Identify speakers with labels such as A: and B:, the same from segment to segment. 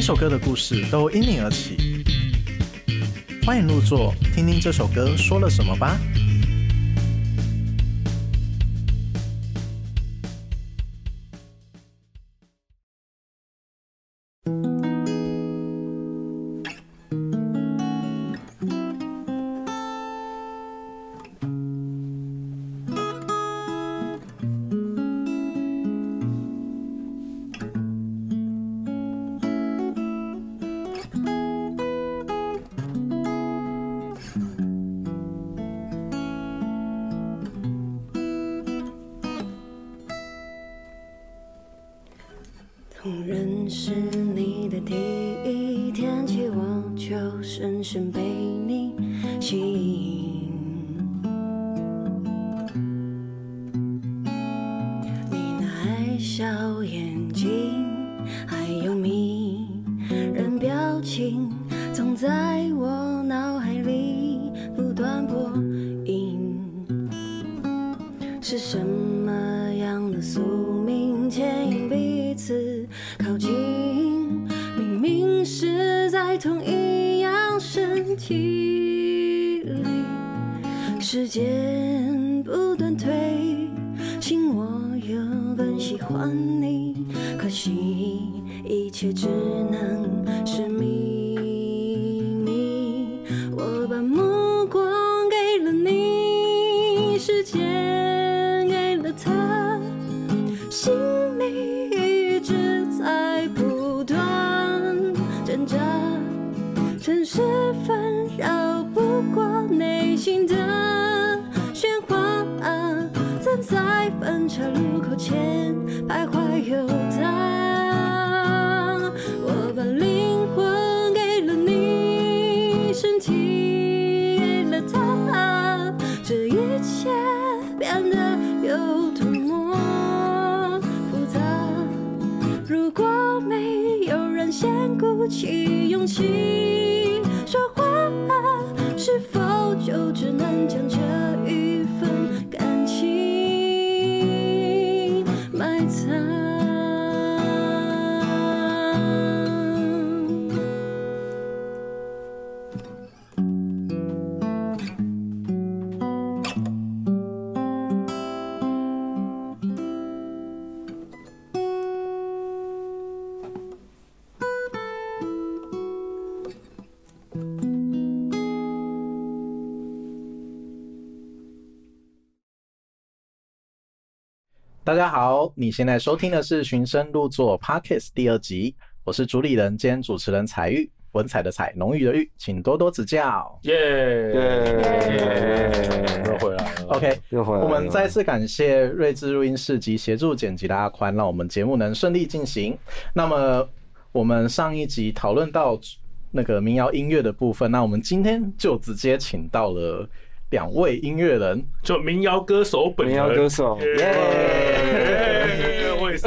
A: 首歌的故事都因你而起。欢迎入座，听听这首歌说了什么吧。
B: 从认识你的第一天起，我就深深被你吸引。你那爱笑眼睛，还有迷人表情，总在我脑海里不断播映。是什么样的宿命牵引彼此靠近？明明是在同一样身体里，时间不断推进，我又更喜欢你，可惜一切只能是秘密。我把目光给了你，时间给了他，心里一直在不断挣扎，城市纷扰不过内心的喧哗，站在分岔路口前徘徊游荡。我把灵魂给了你，身体给了他，这一切变得有多么复杂。如果没有人先鼓起勇气说话，是否就只能将这一份感情埋藏？
A: 大家好，你现在收听的是《寻声入座》Podcast 第二集，我是主理人兼主持人彩玉，文采的采，浓郁的玉，请多多指教。
C: 耶！又
D: 耶
C: 回来了。
A: OK，
D: 又回来了
A: 我们再次感谢睿智录音室及协助剪辑的阿宽，让我们节目能顺利进行。那么我们上一集讨论到那个民谣音乐的部分，那我们今天就直接请到了两位音乐 人，
C: 就民谣歌手本
D: 民
C: 人。
D: 谣歌手，
C: 耶！耶我也是。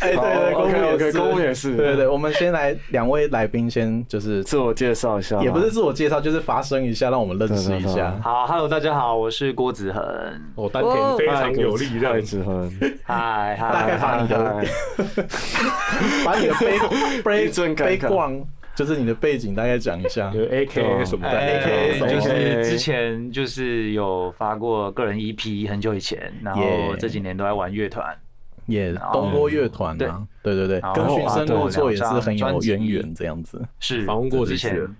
A: 哎，对对，
D: 好
A: 公务
D: 哦 OK，OK，
A: 也是，
D: 公务也是
A: 对对对，我们 先来两位来宾先就是
D: 自我介绍一下，
A: 也不是自我介绍，就是发声一下，让我们认识一
D: 对对
A: 下
D: 对。
E: 好，Hello，大家好，我是郭子恒，
C: 我丹田非常有力，这
D: 赖
C: 样子。
D: 子哎恒，
E: 嗨嗨，
A: 大概把你的
D: 嗨
A: 把你的背
D: 一
A: 背
D: 阵尴尬
A: 背光，就是你的背景大概讲一下。
C: 有 A K A 什么的，
E: 哎
A: AKA 什么
E: 就是之前就是有发过个人 EP，很久以前，然后
A: Yeah
E: 这几年都在玩乐团，
A: 也
E: 然后
A: 东郭乐团
E: 对
A: 嘛，对对对，
E: 然后
A: 跟寻声入座也是很
E: 啊对
A: 有
E: 两张
A: 渊源这样子。
E: 是
C: 访问过
E: 之
C: 几次
E: 前
C: 了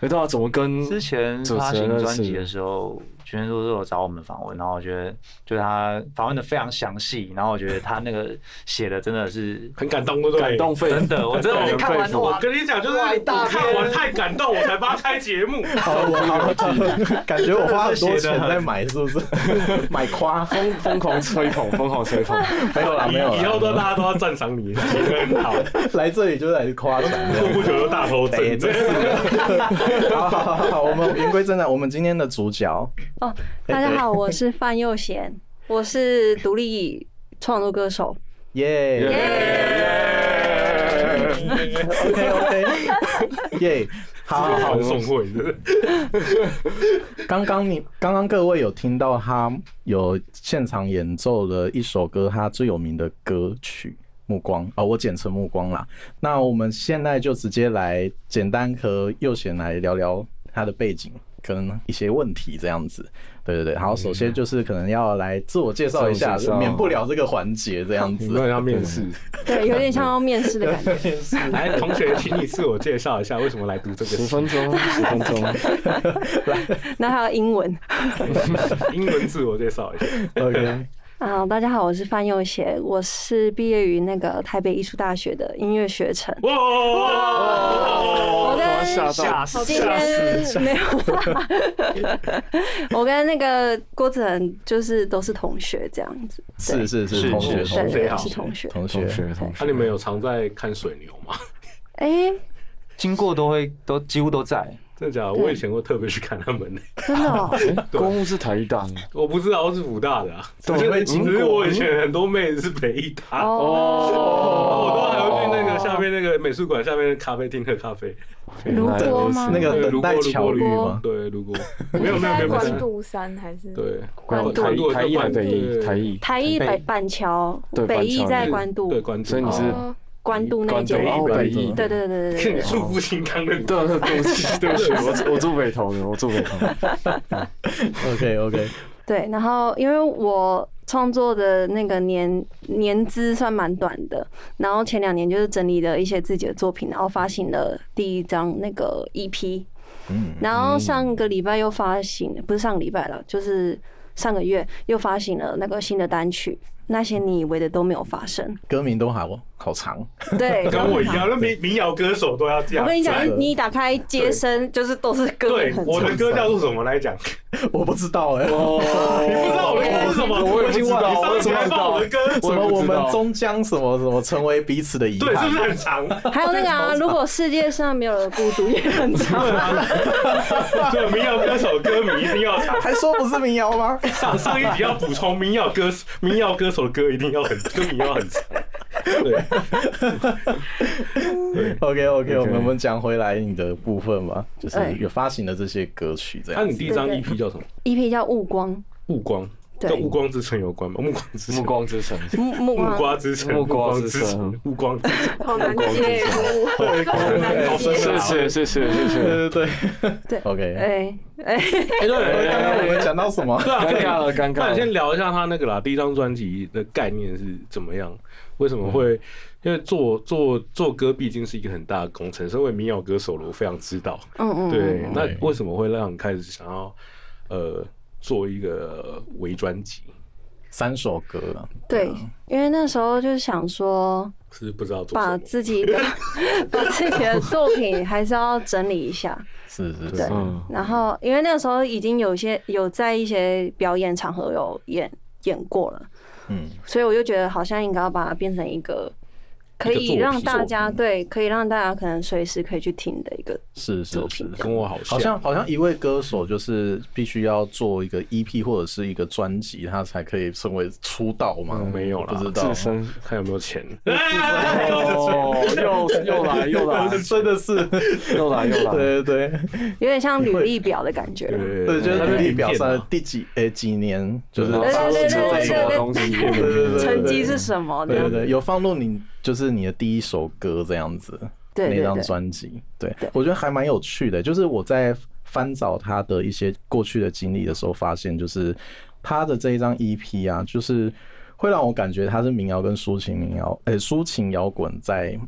D: 不知道哎啊怎么跟
E: 之前
D: 主
E: 发
D: 持人
E: 行
D: 认
E: 专辑
D: 识
E: 的时候，全都都有找我们访问，然后我觉得就是他访问的非常详细，然后我觉得他那个写的真的是
C: 很感动，对不对？
D: 感动肺
E: 真的，我真的我看完
D: 我
C: 我跟你讲，就是我看完太感动，我才帮他开节目。
A: 好，我好感觉我花很多钱在买，是不是？买夸
D: 疯疯狂吹捧，疯狂吹捧，
A: 没有啦，没有啦。
C: 以后都大家都要赞赏你，写得很好，
A: 来这里就来夸奖这样
C: 不久就大头
A: 哎
C: 针。
A: 真是的好好好好，我们言归正传，我们今天的主角
F: 哦，大家好，我是范佑贤，我是独立创作歌手。
A: 耶，OK OK，耶，好好好
C: 好，送会的，
A: 刚刚你刚刚各位有听到他有现场演奏了一首歌，他最有名的歌曲，目光啊、哦我简称目光啦。那我们现在就直接来简单和右贤来聊聊他的背景跟一些问题这样子。对对对，好，首先就是可能要来自我介绍一 下
D: 自我介，绍
A: 免不了这个环节这样
G: 你
A: 子。
G: 们要面试，
B: 对，有点像要面试的感觉。
G: 来，同学，请你自我介绍一下，为什么来读这个
D: 十
G: 系？
D: 分钟，十分钟，
B: 那还有英文
G: 英文自我介绍一下。
A: OK，
B: 啊、大家好，我是范佑贤，我是毕业于那个台北艺术大学的音乐学程。
H: 哇！
B: 我跟
D: 吓到，
B: 我今天没啊 有，我跟那个郭子恒就是都是同学这样子，
A: 是是是，
E: 是
A: 同学
E: 是
A: 同
B: 对
A: 学
G: 好
B: 是同学。
A: 同
D: 啊同
A: 学，
D: 学，同学，
G: 那你们有常在看水牛吗？
B: 哎、
E: 经过都会都几乎都在，
G: 真的假的？
B: 对
G: 我以前会特别去看他们呢。
B: 真的 哦、
D: 哎公务是台大吗？
G: 我不知道我是福大的啊，只
A: 对
G: 是
A: 会
G: 只
A: 经
G: 是
A: 过
G: 我以前很多妹子是北艺大，
B: 哦
D: 哦
G: 哦我都还会去那个下面那个美术馆下面的咖啡厅喝咖啡。
B: 如锅吗
A: 那个等待巧遇吗？
G: 对，如果
I: 你
G: 没有
I: 是
G: 没有没
I: 在
G: 有没
I: 关
G: 有，
I: 渡山还是？
G: 对，
D: 关渡
G: 关渡
D: 台艺还
G: 关
D: 是北艺？
G: 对
D: 台艺，
B: 台艺北板桥，
D: 对
B: 北
D: 板
B: 艺
D: 桥
B: 在
D: 是
B: 关渡
G: 对，关渡，
D: 所以你是
I: 哦
B: 关渡那
D: 关渡
B: 间，
D: 哦，北艺，
B: 对对对对对对
G: 你住不新康的，
D: 对对对不起，对不起，我我住北投的，我住北投。
A: OK OK，
B: 对，然后因为我创作的那个年年资算蛮短的，然后前两年就是整理了一些自己的作品，然后发行了第一张那个 EP，
A: 嗯，
B: 然后上个礼拜又发行，不是上个礼拜了，就是上个月又发行了那个新的单曲。那些你以为的都没有发 生，
A: 歌名都好好长，
B: 对，
G: 跟我一
B: 刚好。
G: 样，那民民谣歌手都要这样。
B: 我跟你讲，
G: 来
B: 你你一打开接生就是都是歌
G: 对
B: 名很
G: 我
B: 长
G: 的歌叫做什么来讲？
A: 我不知道哎、
D: 哦，
G: 你不知道我的歌是什么？
D: 我也不知道
G: 你上次还放我的歌，
A: 什么
D: 我也不
A: 我
D: 知
A: 们
D: 道
A: 终将什么什么成为彼此的遗
G: 对，是
A: 憾
G: 不是，很长？
B: 还有那个 啊，如果世界上没有了孤独也很长，
G: 对，民谣歌手歌名一定要长。
A: 还说不是民谣吗？
G: 上上一集要补充民谣歌民谣歌手的歌一定要 很歌名要很长。对，
A: OK OK，
D: OK
A: 我们我们讲回来你的部分吧，
B: 哎
A: 就是有发行的这些歌曲这
G: 那
A: 样
G: 你
A: 子。
G: 第一张 EP 叫什么？
B: EP E 叫《雾光》，
G: 暮光，
B: 对
G: 跟暮光之城有关吗？暮光之城，
D: 暮光之城，
B: 木木
G: 暮
B: 瓜，
G: 光之城，
D: 暮光之
G: 之
D: 城
G: 城，暮光之城。
I: 好难接 哦，好难
D: 谢
I: 接。
D: 谢谢谢谢谢，
A: 对对对
B: 对
A: OK，
B: 哎哎，
G: 哎，对
A: 刚刚我们讲到什么？
G: 对啊，
D: 尴
G: 对
D: 尬了尴
G: 那
D: 尬
G: 你先
D: 了。
G: 聊一下他那个啦，第一张专辑的概念是怎么样？为什么
A: 嗯
G: 会？因为做做做歌毕竟是一个很大的工程，身为民谣歌手的我非常知道。
B: 嗯嗯，嗯，
G: 对，那啊为什么会让你开始想要呃做一个微专辑？
A: 三首歌啊，
B: 对，因为那时候就是想说，
G: 是不知道做
B: 把
G: 什么？
B: 自己的把自己的作品还是要整理一下，
A: 是是
B: 对
A: 是，
D: 嗯，
B: 然后因为那时候已经有一些有在一些表演场合有演演过了，
A: 嗯，
B: 所以我就觉得好像应该要把它变成一个。可
G: 一个作
B: 以
G: 品
B: 让大家对，可以让大家可能随时可以去听的一个，
A: 是是
B: 作
A: 是
B: 品。
G: 跟我好
A: 好像好像一位歌手就是必须要做一个 EP 或者是一个专辑，他才可以成为出道嘛？
G: 嗯没有啦
A: 不知道
D: 自， 身
G: 看有没有钱。
D: 哦，又又来又来
A: 真的是，
D: 又来又来，
A: 对对对。
B: 有点像履历表的感觉。
A: 对，就是
G: 他
A: 履历
G: 影
A: 表
G: 片
A: 上的
G: 啊
A: 第几诶几年，就是
D: 然后
A: 发
D: 发
A: 行
D: 现
A: 这
D: 这
A: 个
D: 个东西，
A: 对
B: 成绩是什么？
A: 对对
B: 对
A: 对，有放入你就是你的第一首歌这样子，
B: 对对
A: 那张专辑，对
B: 对
A: 我觉得还蛮有趣的。就是我在翻找他的一些过去的经历的时候，发现就是他的这一张 EP 啊，就是会让我感觉他是民谣跟抒情民谣，呃，抒情摇滚在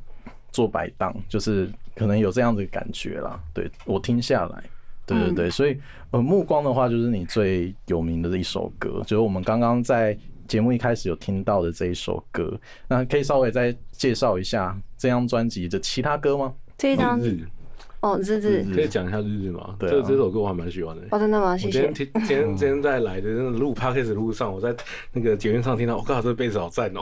A: 做摆荡，就是可能有这样子的感觉啦。对我听下来。对对对，所以呃，目光的话就是你最有名的一首歌，就是我们刚刚在节目一开始有听到的这一首歌。那可以稍微再介绍一下这张专辑的其他歌 吗？
B: 这一张
G: 嗯日日
B: 哦，日日
G: 可以讲一下日日吗？
A: 对啊
G: 这这首歌我还蛮喜欢的。
B: 哦，真的吗？
G: 我
B: 谢
G: 今
B: 谢
G: 天。听，今天今天在来的那个录 podcast 的路上，我在那个捷运上听到，我靠，这贝斯好赞哦！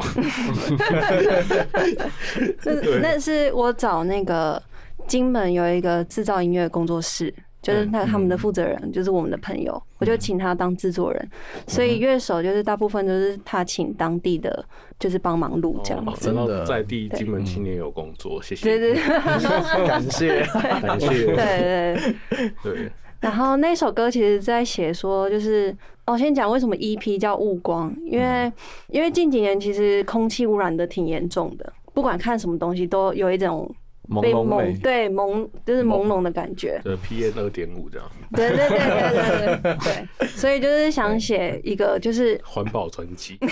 B: 那
G: 对
B: 那是我找那个金门有一个制造音乐工作室，就是那他们的负责人就是我们的朋友，我就请他当制作人，所以乐手就是大部分都是他请当地的，就是帮忙录这样
G: 哦
B: 子。
A: 真的
G: 在地金门青年有工作，谢谢，
B: 对对对
A: 感谢，
G: 感谢，
B: 对对，
G: 对，
F: 然后那首歌其实在写说，就是哦，先讲为什么
B: E
F: EP 叫雾光，因为因为近几年其实空气污染的挺严重的，不管看什么东西都有一种
D: 朦
F: 被
D: 胧
F: 蒙
D: 美，
F: 对蒙就是朦胧的感觉。
G: 呃 PM 二点五这样
F: 对对对对对对对，对所以就是想写一个就是
G: 环保专辑，
A: 可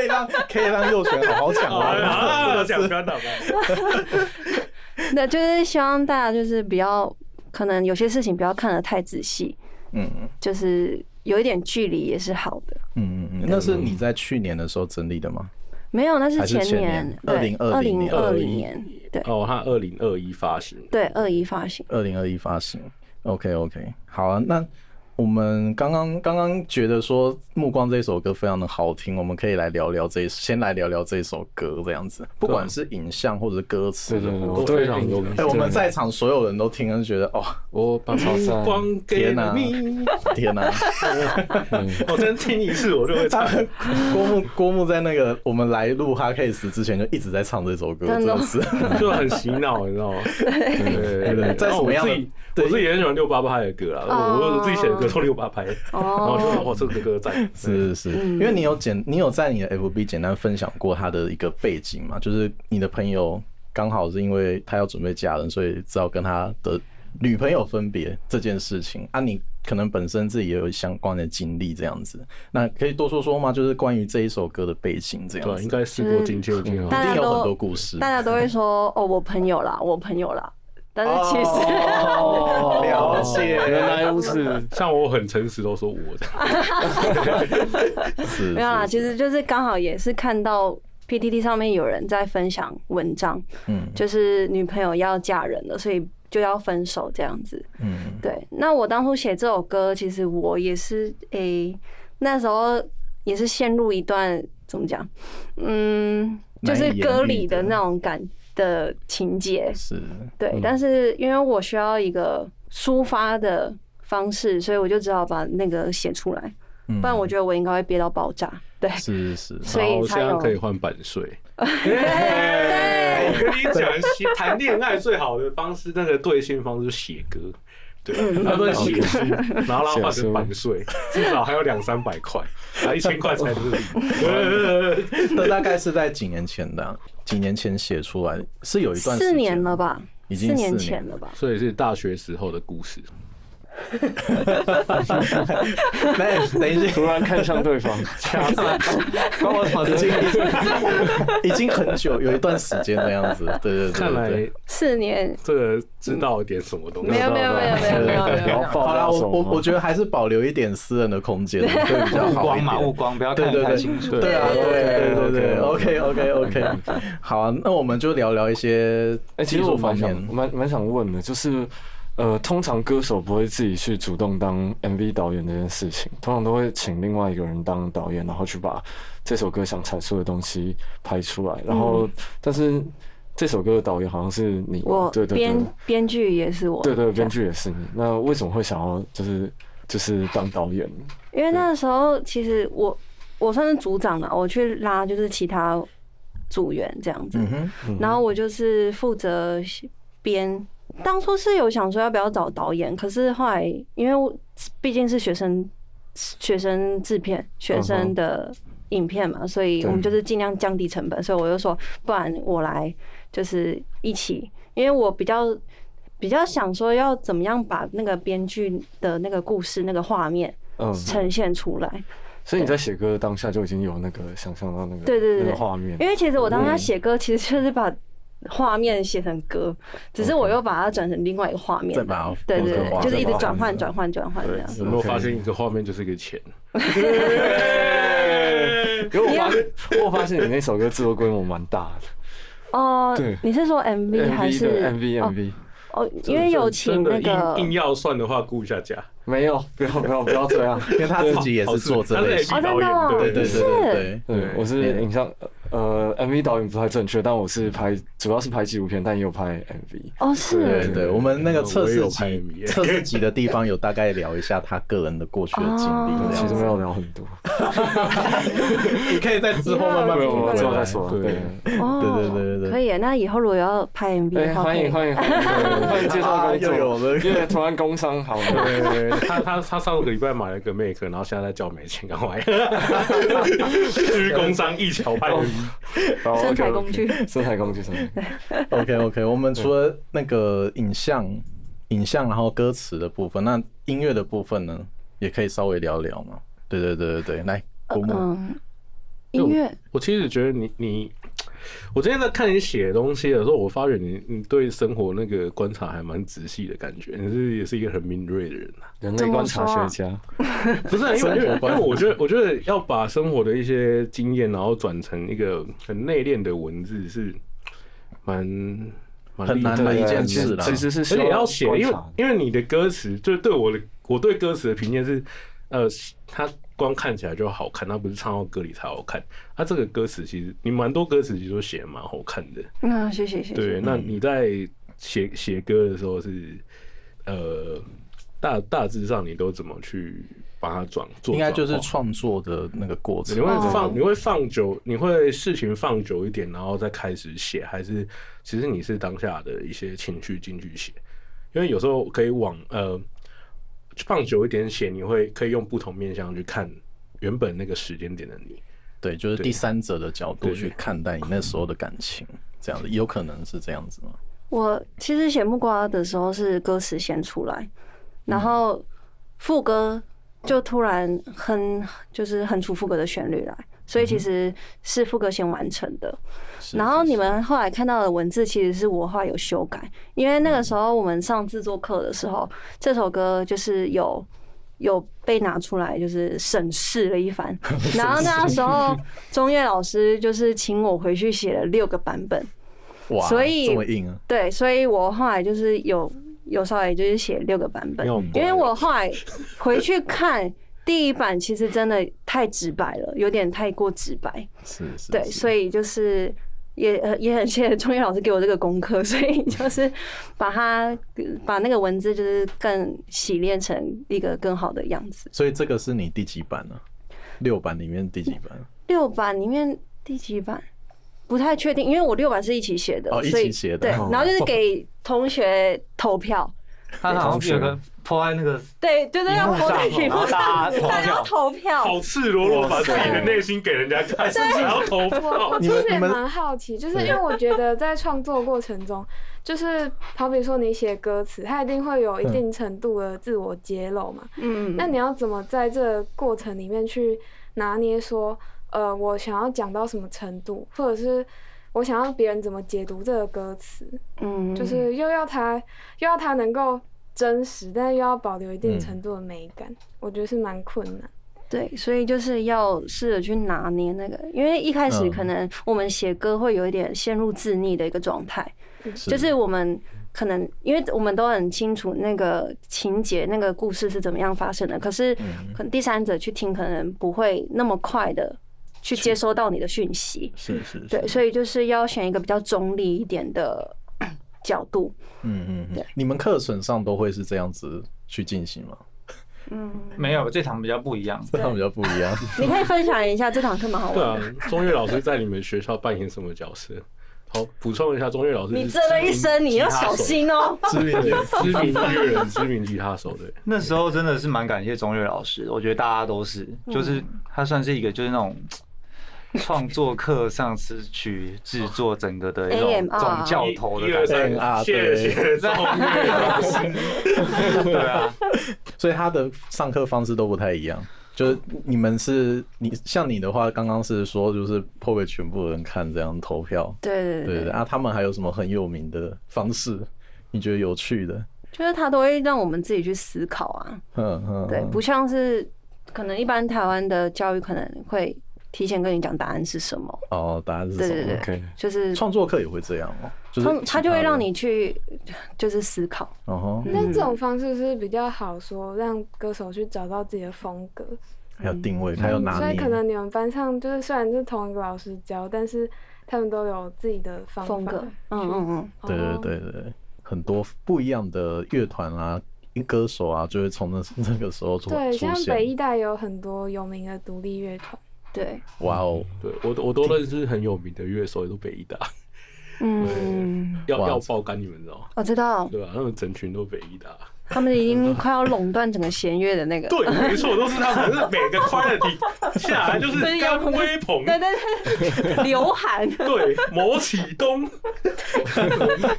A: 以让可以让右旋 好好讲
C: 哎呀
A: 完。
C: 啊，不要讲不要讲，不要讲
F: 那就是希望大家就是不要，可能有些事情不要看得太仔细，
A: 嗯
F: 就是有一点距离也是好的。
A: 嗯嗯嗯，那是你在去年的时候整理的吗？
F: 没有，那是
A: 还是
F: 前
A: 前
F: 年
A: 年，2020
F: 二零
A: 年
F: 二零年，对
G: 哦，他二零二一发 行，
F: 对，二一发行。
A: 二零二一发行。OK OK，好啊。那我们刚刚刚刚觉得说《目光》这首歌非常的好听，我们可以来聊聊这一，先来聊聊这首歌这样子，不管是影像或者是歌词
D: 对
A: 的
D: 对对，
A: 部
D: 我
A: 分。
D: 非常有感
A: 哎，我们在场所有人都听了，就觉得哦，
D: 我把草散，
G: 光给
A: 天哪、
G: 了你，
A: 天哪、
G: 我真听一次我就会唱。
A: 郭牧郭牧在那个我们来录 h a r k a s 之前就一直在唱这首歌，真
F: 真的
A: 的
F: 哦
A: 是。
G: 就很洗脑，你知道吗？对
A: 对在
G: 然后
A: 什么
G: 我
A: 样
G: 自
A: 的
G: 己，
A: 对
G: 我自己也很喜欢六八拍的歌啦，啊
F: 哦
G: 我我自己写的歌都六八拍，然后我就觉得
F: 哦，
G: 哇，这个歌赞。
A: 是是，
F: 嗯
A: 因为你有简，你有在你的 FB 简单分享过他的一个背景嘛，就是你的朋友刚好是因为他要准备嫁人，所以只好跟他的女朋友分别这件事情啊，你可能本身自己也有相关的经历这样子，那可以多说说吗？就是关于这一首歌的背景这
G: 对
A: 样
G: 啊，
A: 子，
G: 应该事过境迁，
D: 嗯
A: 一
F: 大
A: 定
F: 家
A: 有很多
F: 都
A: 故事。
F: 大家都会说哦，我朋友啦，我朋友啦，但是其实
A: 哦了解，
D: 原来如此，
G: 像我很诚实，都说我的。
A: 是
F: 没有啦，
A: 是
F: 其实就是刚好也是看到 PTT 上面有人在分享文章，
A: 嗯
F: 就是女朋友要嫁人了，所以就要分手这样子。
A: 嗯
F: 对，那我当初写这首歌，其实我也是诶、那时候也是陷入一段怎么讲，嗯，就是
A: 难以言
F: 歌
A: 喻
F: 里的
A: 的
F: 那种感的情节，
A: 是
F: 对，但是因为我需要一个抒发的方式，所以我就只好把那个写出来，
A: 嗯
F: 不然我觉得我应该会憋到爆炸。对，
A: 是是 是
F: 所
G: 然
F: 以
G: 后现
F: 才
G: 在
F: 有
G: 可以换版税，
C: 哎我跟你讲，其实谈
G: 谈恋爱最好的方式，那个兑现方式就是写歌。对，
F: 嗯
G: 然后再写诗，然后让它换成版税，至少还有两三百块，啊，一千块才是零。
A: 这大概是在几年前的啊、几年前写出来的，是有一段时
F: 四
A: 间
F: 年了？吧，
A: 已经
F: 四年
A: 四
F: 前
A: 年
F: 了吧。
G: 所以是大学时候的故事。
A: 那等一下，
D: 突然看向对方，
A: 关我什么事？已经很久，有一段时间的样子。对对对
G: 看来
F: 四年
G: 这个知道点什么东西。
F: 没有没有没有没有没有没有没有，
A: 好啦，
D: 了，
A: 我我我觉得还是保留一点私人的空间会比较
E: 雾
A: 好一
E: 光嘛，雾
A: 点。
E: 光不要
A: 对
E: 看得
A: 对
E: 太
A: 对
E: 清楚。
A: 对啊，对对对对，OK
D: OK，OK，OK
A: OK OK，好啊，那我们就聊聊一些
D: 哎，其
A: 技
D: 实
A: 术
D: 我
A: 方
D: 蛮想
A: 面。
D: 蛮蛮想问的，就是呃，通常歌手不会自己去主动当 MV 导演这件事情，通常都会请另外一个人当导演，然后去把这首歌想阐述的东西拍出来。然后，但是这首歌的导演好像是你，
F: 我
D: 哦对对对
F: 编，编剧也是我，
D: 对对，编剧也是你。那为什么会想要就是就是当导演？
F: 因为那时候其实我我算是组长了，我去拉就是其他组员这样子，
A: 嗯哼，
F: 然后我就是负责编。当初是有想说要不要找导演，可是后来因为我毕竟是学生学生制片学
D: 嗯
F: 生
D: 哼
F: 的影片嘛，所以我们就是尽量降低成本，所以我就说，不然我来就是一起，因为我比较比较想说要怎么样把那个编剧的那个故事那个画面
D: 嗯，
F: 呈现出来。
D: 所以你在写歌的当下就已经有那个想象到那个
F: 对对对
D: 那个画面，
F: 因为其实我当
D: 嗯
F: 时写歌，其实就是把画面写成歌，只是我又把它转成另外一个画面啊
A: 再。把它
F: 对对
A: 再把
F: 对，
A: 它
F: 就是一直转换转换转换这样。
G: 有没有发现一个画面就是一个钱？
D: 因为我发现，我发现你那首歌制作规模蛮大
F: 哦
D: 对，
F: 你是说 MV 还
D: 的
F: 是
D: ，MV
F: 哦
D: MV
F: 哦，因为有请
G: 真的
F: 那个
G: 硬硬要算的话，估一下价。
D: 没有，不要不要不要这样。
A: 因为他自己也是做这类型，
G: 他是 MV
F: 哦真的哦
G: 导演，对
A: 对对对对对，
D: 对，我是
A: 对
D: 影像呃 MV 导演不太正确，但我是拍主要是拍纪录片，但也有拍 MV。
F: 哦，是
A: 对对，我们那个测
G: 我也
A: 试
G: 有拍
A: 集
G: MV
A: 测试集的地方有大概聊一下他个人的过去的经
F: 哦
A: 历，
D: 其实
A: 这
D: 没
A: 样
D: 有聊很多，
A: 你可以在之后慢慢
D: 没
A: 补
D: 有，我之后
A: 回
D: 再
A: 来。
D: 说。
G: 对
D: 对，
F: 哦，
A: 对对对对对
F: 可以耶。那以后如果要拍 MV
D: 哎，
F: 的话，
D: 欢迎
F: 迎。
D: 欢迎欢迎，欢迎介绍工
A: 啊又有
D: 作，
A: 了
D: 因为突然工商好，
G: 对，他他他上个礼拜买了个 Mac，然后现在在叫美钱赶快，虚工商一巧派的
D: 然后
F: 身材
D: OK，OK
F: 工具
D: 身材工具，身材工具
A: OK OK，我们除了那个影像、影像，然后歌词的部分，那音乐的部分呢，也可以稍微聊聊嘛。对对对对对，来，古木，
F: 嗯，音乐
G: 我其实觉得你你，我今天在看你写的东西的时候，我发觉你你对生活那个观察还蛮仔细的感觉，你是也是一个很敏锐的人啊。
D: 人类观察学家，
G: 不是啊，因
A: 生
G: 为因为
A: 活
G: 因
A: 观
G: 为我觉得我觉得要把生活的一些经验，然后转成一个很内敛的文字是蛮蛮
A: 很
G: 厉害
A: 难的
D: 对
A: 一件
D: 其
A: 事啦。
D: 其实是
G: 而
D: 需
G: 且要写，因为
D: 观察的
G: 因为你的歌词，就对我的我对歌词的评价是，呃，它光看起来就好看，它不是唱到歌里才好看。它、这个歌词其实你蛮多歌词其实都写得蛮好看的。
F: 那嗯谢谢谢
G: 对，
A: 嗯
F: 谢。
G: 那你在写写歌的时候是，呃，大大致上你都怎么去把它转做
A: 应
G: 转化？
A: 该就是创作的那个过
G: 你
A: 程。
G: 会
F: 哦
G: 放，你会放久，你会事情放久一点，然后再开始写，还是其实你是当下的一些情绪进去写？因为有时候可以往呃放久一点写，你会可以用不同面向去看原本那个时间点的你。
A: 对，就是第三者的角度
G: 对
A: 去看待你那时候的感情，这样子有可能是这样子吗？
F: 我其实写木瓜的时候是歌词先出来，然后副歌就突然哼，就是哼出副歌的旋律来，所以其实是副歌先完成的。
A: 是
F: 然后
A: 是
F: 你们后来看到的文字其实是我后来有修改，因为那个时候我们上制作课的时候，这首歌就是有有被拿出来就是审视了一番，然后那时候钟岳老师就是请我回去写了六个版本。
A: 哇，
F: 所以
A: 这么硬啊，
F: 对，所以我后来就是有有稍微就是写六个版本，
G: 要
F: 因为
A: 哦
F: 我后 来回去看第一版，其实真的太直白了，有点太过直白，
A: 是是
F: 对，所以就是。也呃也很谢谢钟宇老师给我这个功课， 所以就是把它把那个文字就是更洗练成一个更好的样子。
A: 所以这个是你第几版呢、啊六版里面第几版？
F: 六版里面第几版？不太确定，因为我六版是一起写的，
A: 哦一起
F: 所以
A: 写的
F: 对，然后就是给同学投票，
E: 他好像有个破坏那个，
F: 对，就是要泼在屏
E: 然
F: 幕
E: 后
F: 上，
E: 大家投
F: 大家要
E: 票，
F: 投票
G: 好。赤裸裸把自己的内心给人家看，然后投
I: 我
G: 票
I: 我。
A: 你
I: 其
A: 们
I: 实也
A: 你们
I: 蛮好奇，就是因为我觉得在创作过程中，就是好比说你写歌词，它一定会有一定程度的自我揭露嘛。
F: 嗯，
I: 那你要怎么在这个过程里面去拿捏说，呃，我想要讲到什么程度，或者是我想要别人怎么解读这个歌词，
F: 嗯
I: 就是又要它又要它能够真实，但是又要保留一定程度的美感，我觉得是蛮困难。
F: 对，所以就是要试着去拿捏那个，因为一开始
A: 嗯
F: 可能我们写歌会有一点陷入自溺的一个状态，就是我们可能因为我们都很清楚那个情节、那个故事是怎么样发生的，可是可能第三者去听，可能不会那么快的去接收到你的讯息。
A: 是是是，
F: 对，所以就是要选一个比较中立一点的角度。
A: 嗯嗯嗯，你们课程上都会是这样子去进行吗？
F: 嗯，
E: 没有这堂比较不一样。
A: 这 样比较不一样。
F: 你可以分享一下这堂课蛮好 玩
G: 对
F: 的。
G: 啊，钟岳老师在你们学校扮演什么角色？好，补充一下，钟岳老师
F: 你
G: 是
F: 这了一身，你要
G: 吉他
F: 小
G: 手
F: 心哦、
G: 知名 知名音乐人、知名吉他手，对。
E: 那时候真的是蛮感谢钟岳老师，我觉得大家都是，
F: 嗯
E: 就是他算是一个就是那种创作课上是去制作整个的一种
F: AMR
E: 总教头的
G: 一
E: 感
G: 二
E: 觉，
G: 三
A: 啊
G: 谢谢赵月老师。
E: 对啊，
A: 所以他的上课方式都不太一样。就是你们是你像你的话，刚刚是说就是破给全部人看这样投票，
F: 对
A: 对
F: 对
A: 对
F: 对，
A: 啊，他们还有什么很有名的方式？你觉得有趣的？
F: 就是他都会让我们自己去思考啊。
A: 嗯嗯，
F: 对，
A: 嗯
F: 不像是可能一般台湾的教育可能会提前跟你讲答案是什么。
A: 哦，答案是
F: 对
A: 什
F: 对
A: 么？
F: 对
D: OK，
F: 就是
A: 创作课也会这样哦，就是
F: 通他就会让
A: 你，
F: 你去就是思考。
A: 哦吼，
I: 那这种方式是比较好说，让歌手去找到自己的风格。
A: 还有定位，还有拿
I: 嗯所以
A: 捏
I: 可，能你们班上就是虽然是同一个老师教，但是他们都有自己的方法
F: 风格，嗯嗯嗯，
A: 对对
I: 哦
A: 对对对，很多不一样的乐团啊、歌手啊，就会从那 那个时候出
I: 对，
A: 出
I: 像北
A: 现。
I: 艺大也有很多有名的独立乐团，
F: 对，
A: 哇哦，
G: 对我都我都认识很有名的乐手，也都北医大，
F: 嗯，
G: 要
A: 哇
G: 要爆肝，你们知道吗？
F: 我知道
G: 对吧？啊他们整群都北医大，
F: 他们已经快要垄断整个弦乐的那个，
G: 对，没错，都是他们，就是每个 quality 下来就是
F: 对
G: 甘微鹏，
F: 对对 对，刘涵，
G: 对，毛启东，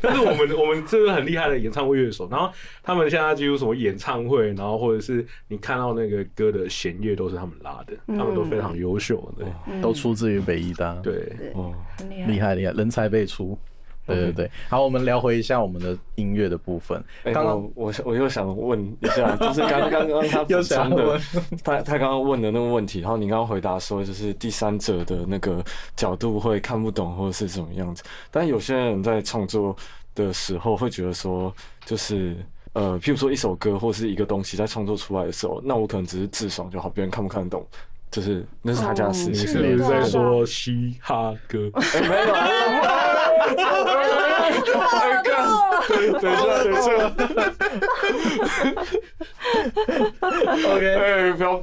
G: 但是我们我们这是很厉害的演唱会乐手，然后他们现在几乎什么演唱会，然后或者是你看到那个歌的弦乐都是他们拉的，他们都非常优秀，对
A: 都出自于北医大，
G: 对。
D: 哦，
F: 很厉害
A: 厉害厉害，人才辈出。对对对，好，我们聊回一下我们的音乐的部分。
D: 哎、
A: 刚刚
D: 我我我又想问一下，就是刚刚刚他
A: 又
D: 补
A: 想
D: 充
A: 问
D: 的，他他刚刚问的那个问题，然后你刚刚回答说，就是第三者的那个角度会看不懂或者是怎么样子，但有些人在创作的时候会觉得说，就是。呃，譬如说一首歌或是一个东西在创作出来的时候，那我可能只是自爽就好，别人看不看得懂，就是那是他家的事
G: 你
D: 情。
G: 是不是在说嘻哈歌？
D: 没有。对，等一下，等一下。OK，哎，不要，不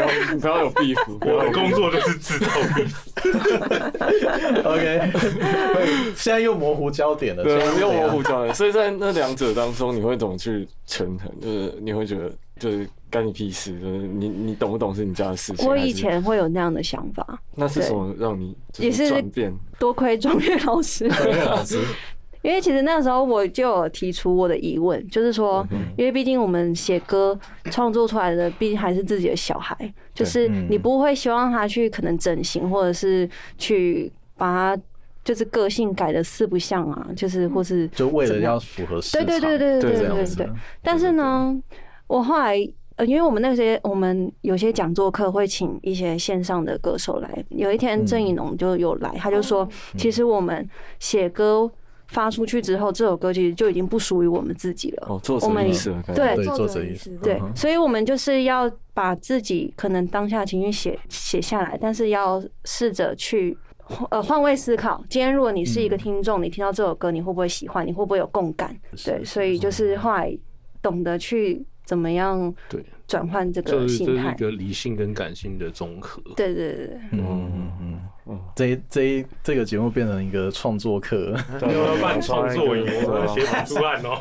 D: 要，不要有壁虎，不
G: 我
D: 要
G: 的
D: 有
G: 工作就是制造力。
A: OK，现在又模糊焦点了，现在
D: 对，
A: 是
D: 用
A: 怎样
D: 模糊焦点。所以在那两者当中，你会怎么去权衡？就是你会觉得，就是干你屁事，就是你你懂不懂是你家的事情。
F: 我
D: 还
F: 以
D: 是
F: 前会有那样的想法，
D: 那是什么让你就
F: 也是
D: 转变？
F: 多亏庄月老师， 因为其实那时候我就有提出我的疑问，就是说，因为毕竟我们写歌创作出来的，毕竟还是自己的小孩，就是你不会希望他去可能整形，或者是去把他就是个性改的四不像啊，就是或是
A: 就为了
F: 怎么样
A: 要符合市
F: 对
A: 场，
F: 对对对
D: 对
F: 对对
A: 这样
F: 对
A: 子
F: 对。但是呢，我后来呃，因为我们那些我们有些讲座课会请一些线上的歌手来，有一天郑怡农就有来，他就说，其实我们写歌发出去之后，这首歌其实就已经不属于我们自己了。
D: 哦，作者
F: 我们
D: 意识的概
A: 对
D: 念。
F: 对
A: 作者
I: 意
A: 意
I: 思
A: 思，
F: 对，所以我们就是要把自己可能当下的情绪写写下来，但是要试着去。呃，换位思考。今天如果你是一个听众，你听到这首歌，你会不会喜欢？你会不会有共感？对，所以就是后来懂得去怎么样
G: 对，
F: 转换这
G: 这
F: 个
G: 是
F: 心
G: 这是一
F: 态。
G: 个理性跟感性的综合。
F: 对对对对，
A: 嗯嗯嗯嗯，这一这一这个节目变成一个创作课，
G: 你有没有办创作 营？
D: 对
G: 我们写谱出案 哦，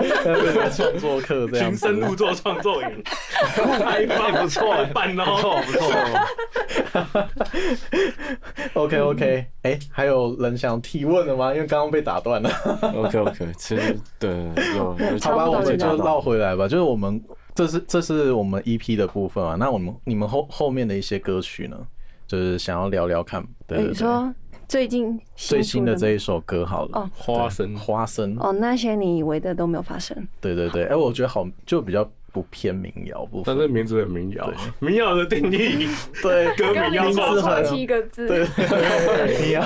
A: 变成创作课这样
G: 行 深
A: 子。
G: 入做创作 营，太棒，不错，办哦，
E: 不错不 错，
A: OK OK，哎、还有人想提问的吗？因为刚刚被打断了。
D: OK OK，其啊实对有有
A: 好吧，
F: 差不多
A: 我
F: 了
A: 们就
D: 到
A: 绕回来吧。就是我们这是这是我们 EP 的部分啊。那我们你们后后面的一些歌曲呢，就是想要聊聊看。对对
F: 你
A: 对，
F: 说最近
A: 最新的
F: 出
A: 这一首歌好了，
F: 哦
G: 花生
A: 对花生，
F: 哦，那些你以为的都没有发生。
A: 对对对。哎、我觉得好就比较不偏民谣部
G: 但
A: 分，
G: 是名字很民谣，民谣的定义，
A: 对
G: 歌
I: 跟
G: 名
I: 民
G: 要
A: 名字
I: 谣
G: 做，
I: 差
A: 很
I: 七个字，
A: 对民谣，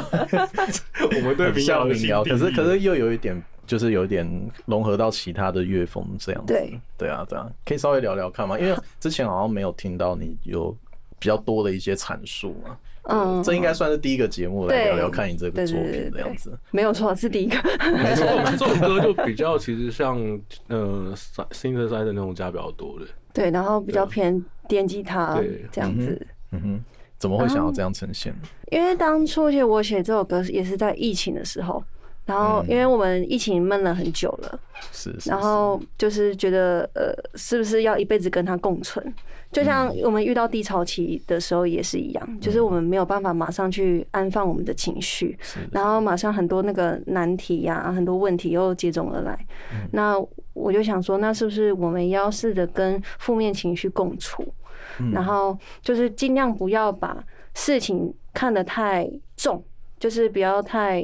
G: 我们对
A: 很
G: 民谣
A: 像
G: 的
A: 民
G: 新
A: 谣，可
G: 定义
A: 是 可是又有一点。就是有一点融合到其他的乐风这样子，
F: 对
A: 对啊对啊，可以稍微聊聊看吗？因为之前好像没有听到你有比较多的一些阐述嘛。
F: 嗯，
A: 这应该算是第一个节目来
F: 对
A: 聊聊看你这个
F: 对
A: 作
F: 对对
A: 品
F: 对
A: 这样
F: 对
A: 子。，
F: 没有错，是第一个。
G: 没错，我们这种歌就比较其实像呃 synthesizer 那种加比较多的，
F: 对，然后比较偏电吉他
G: 对
F: 这样子。
A: 嗯哼，怎么会想要这样呈现？
F: 因为当初其实我写这首歌也是在疫情的时候，然后因为我们疫情闷了很久了，
A: 是，是
F: 然后就是觉得呃，是不是要一辈子跟它共存？就像我们遇到低潮期的时候也是一样，就是我们没有办法马上去安放我们的情绪，然后马上很多那个难题呀、很多问题又接踵而来。那我就想说，那是不是我们要试着跟负面情绪共处？然后就是尽量不要把事情看得太重，就是不要太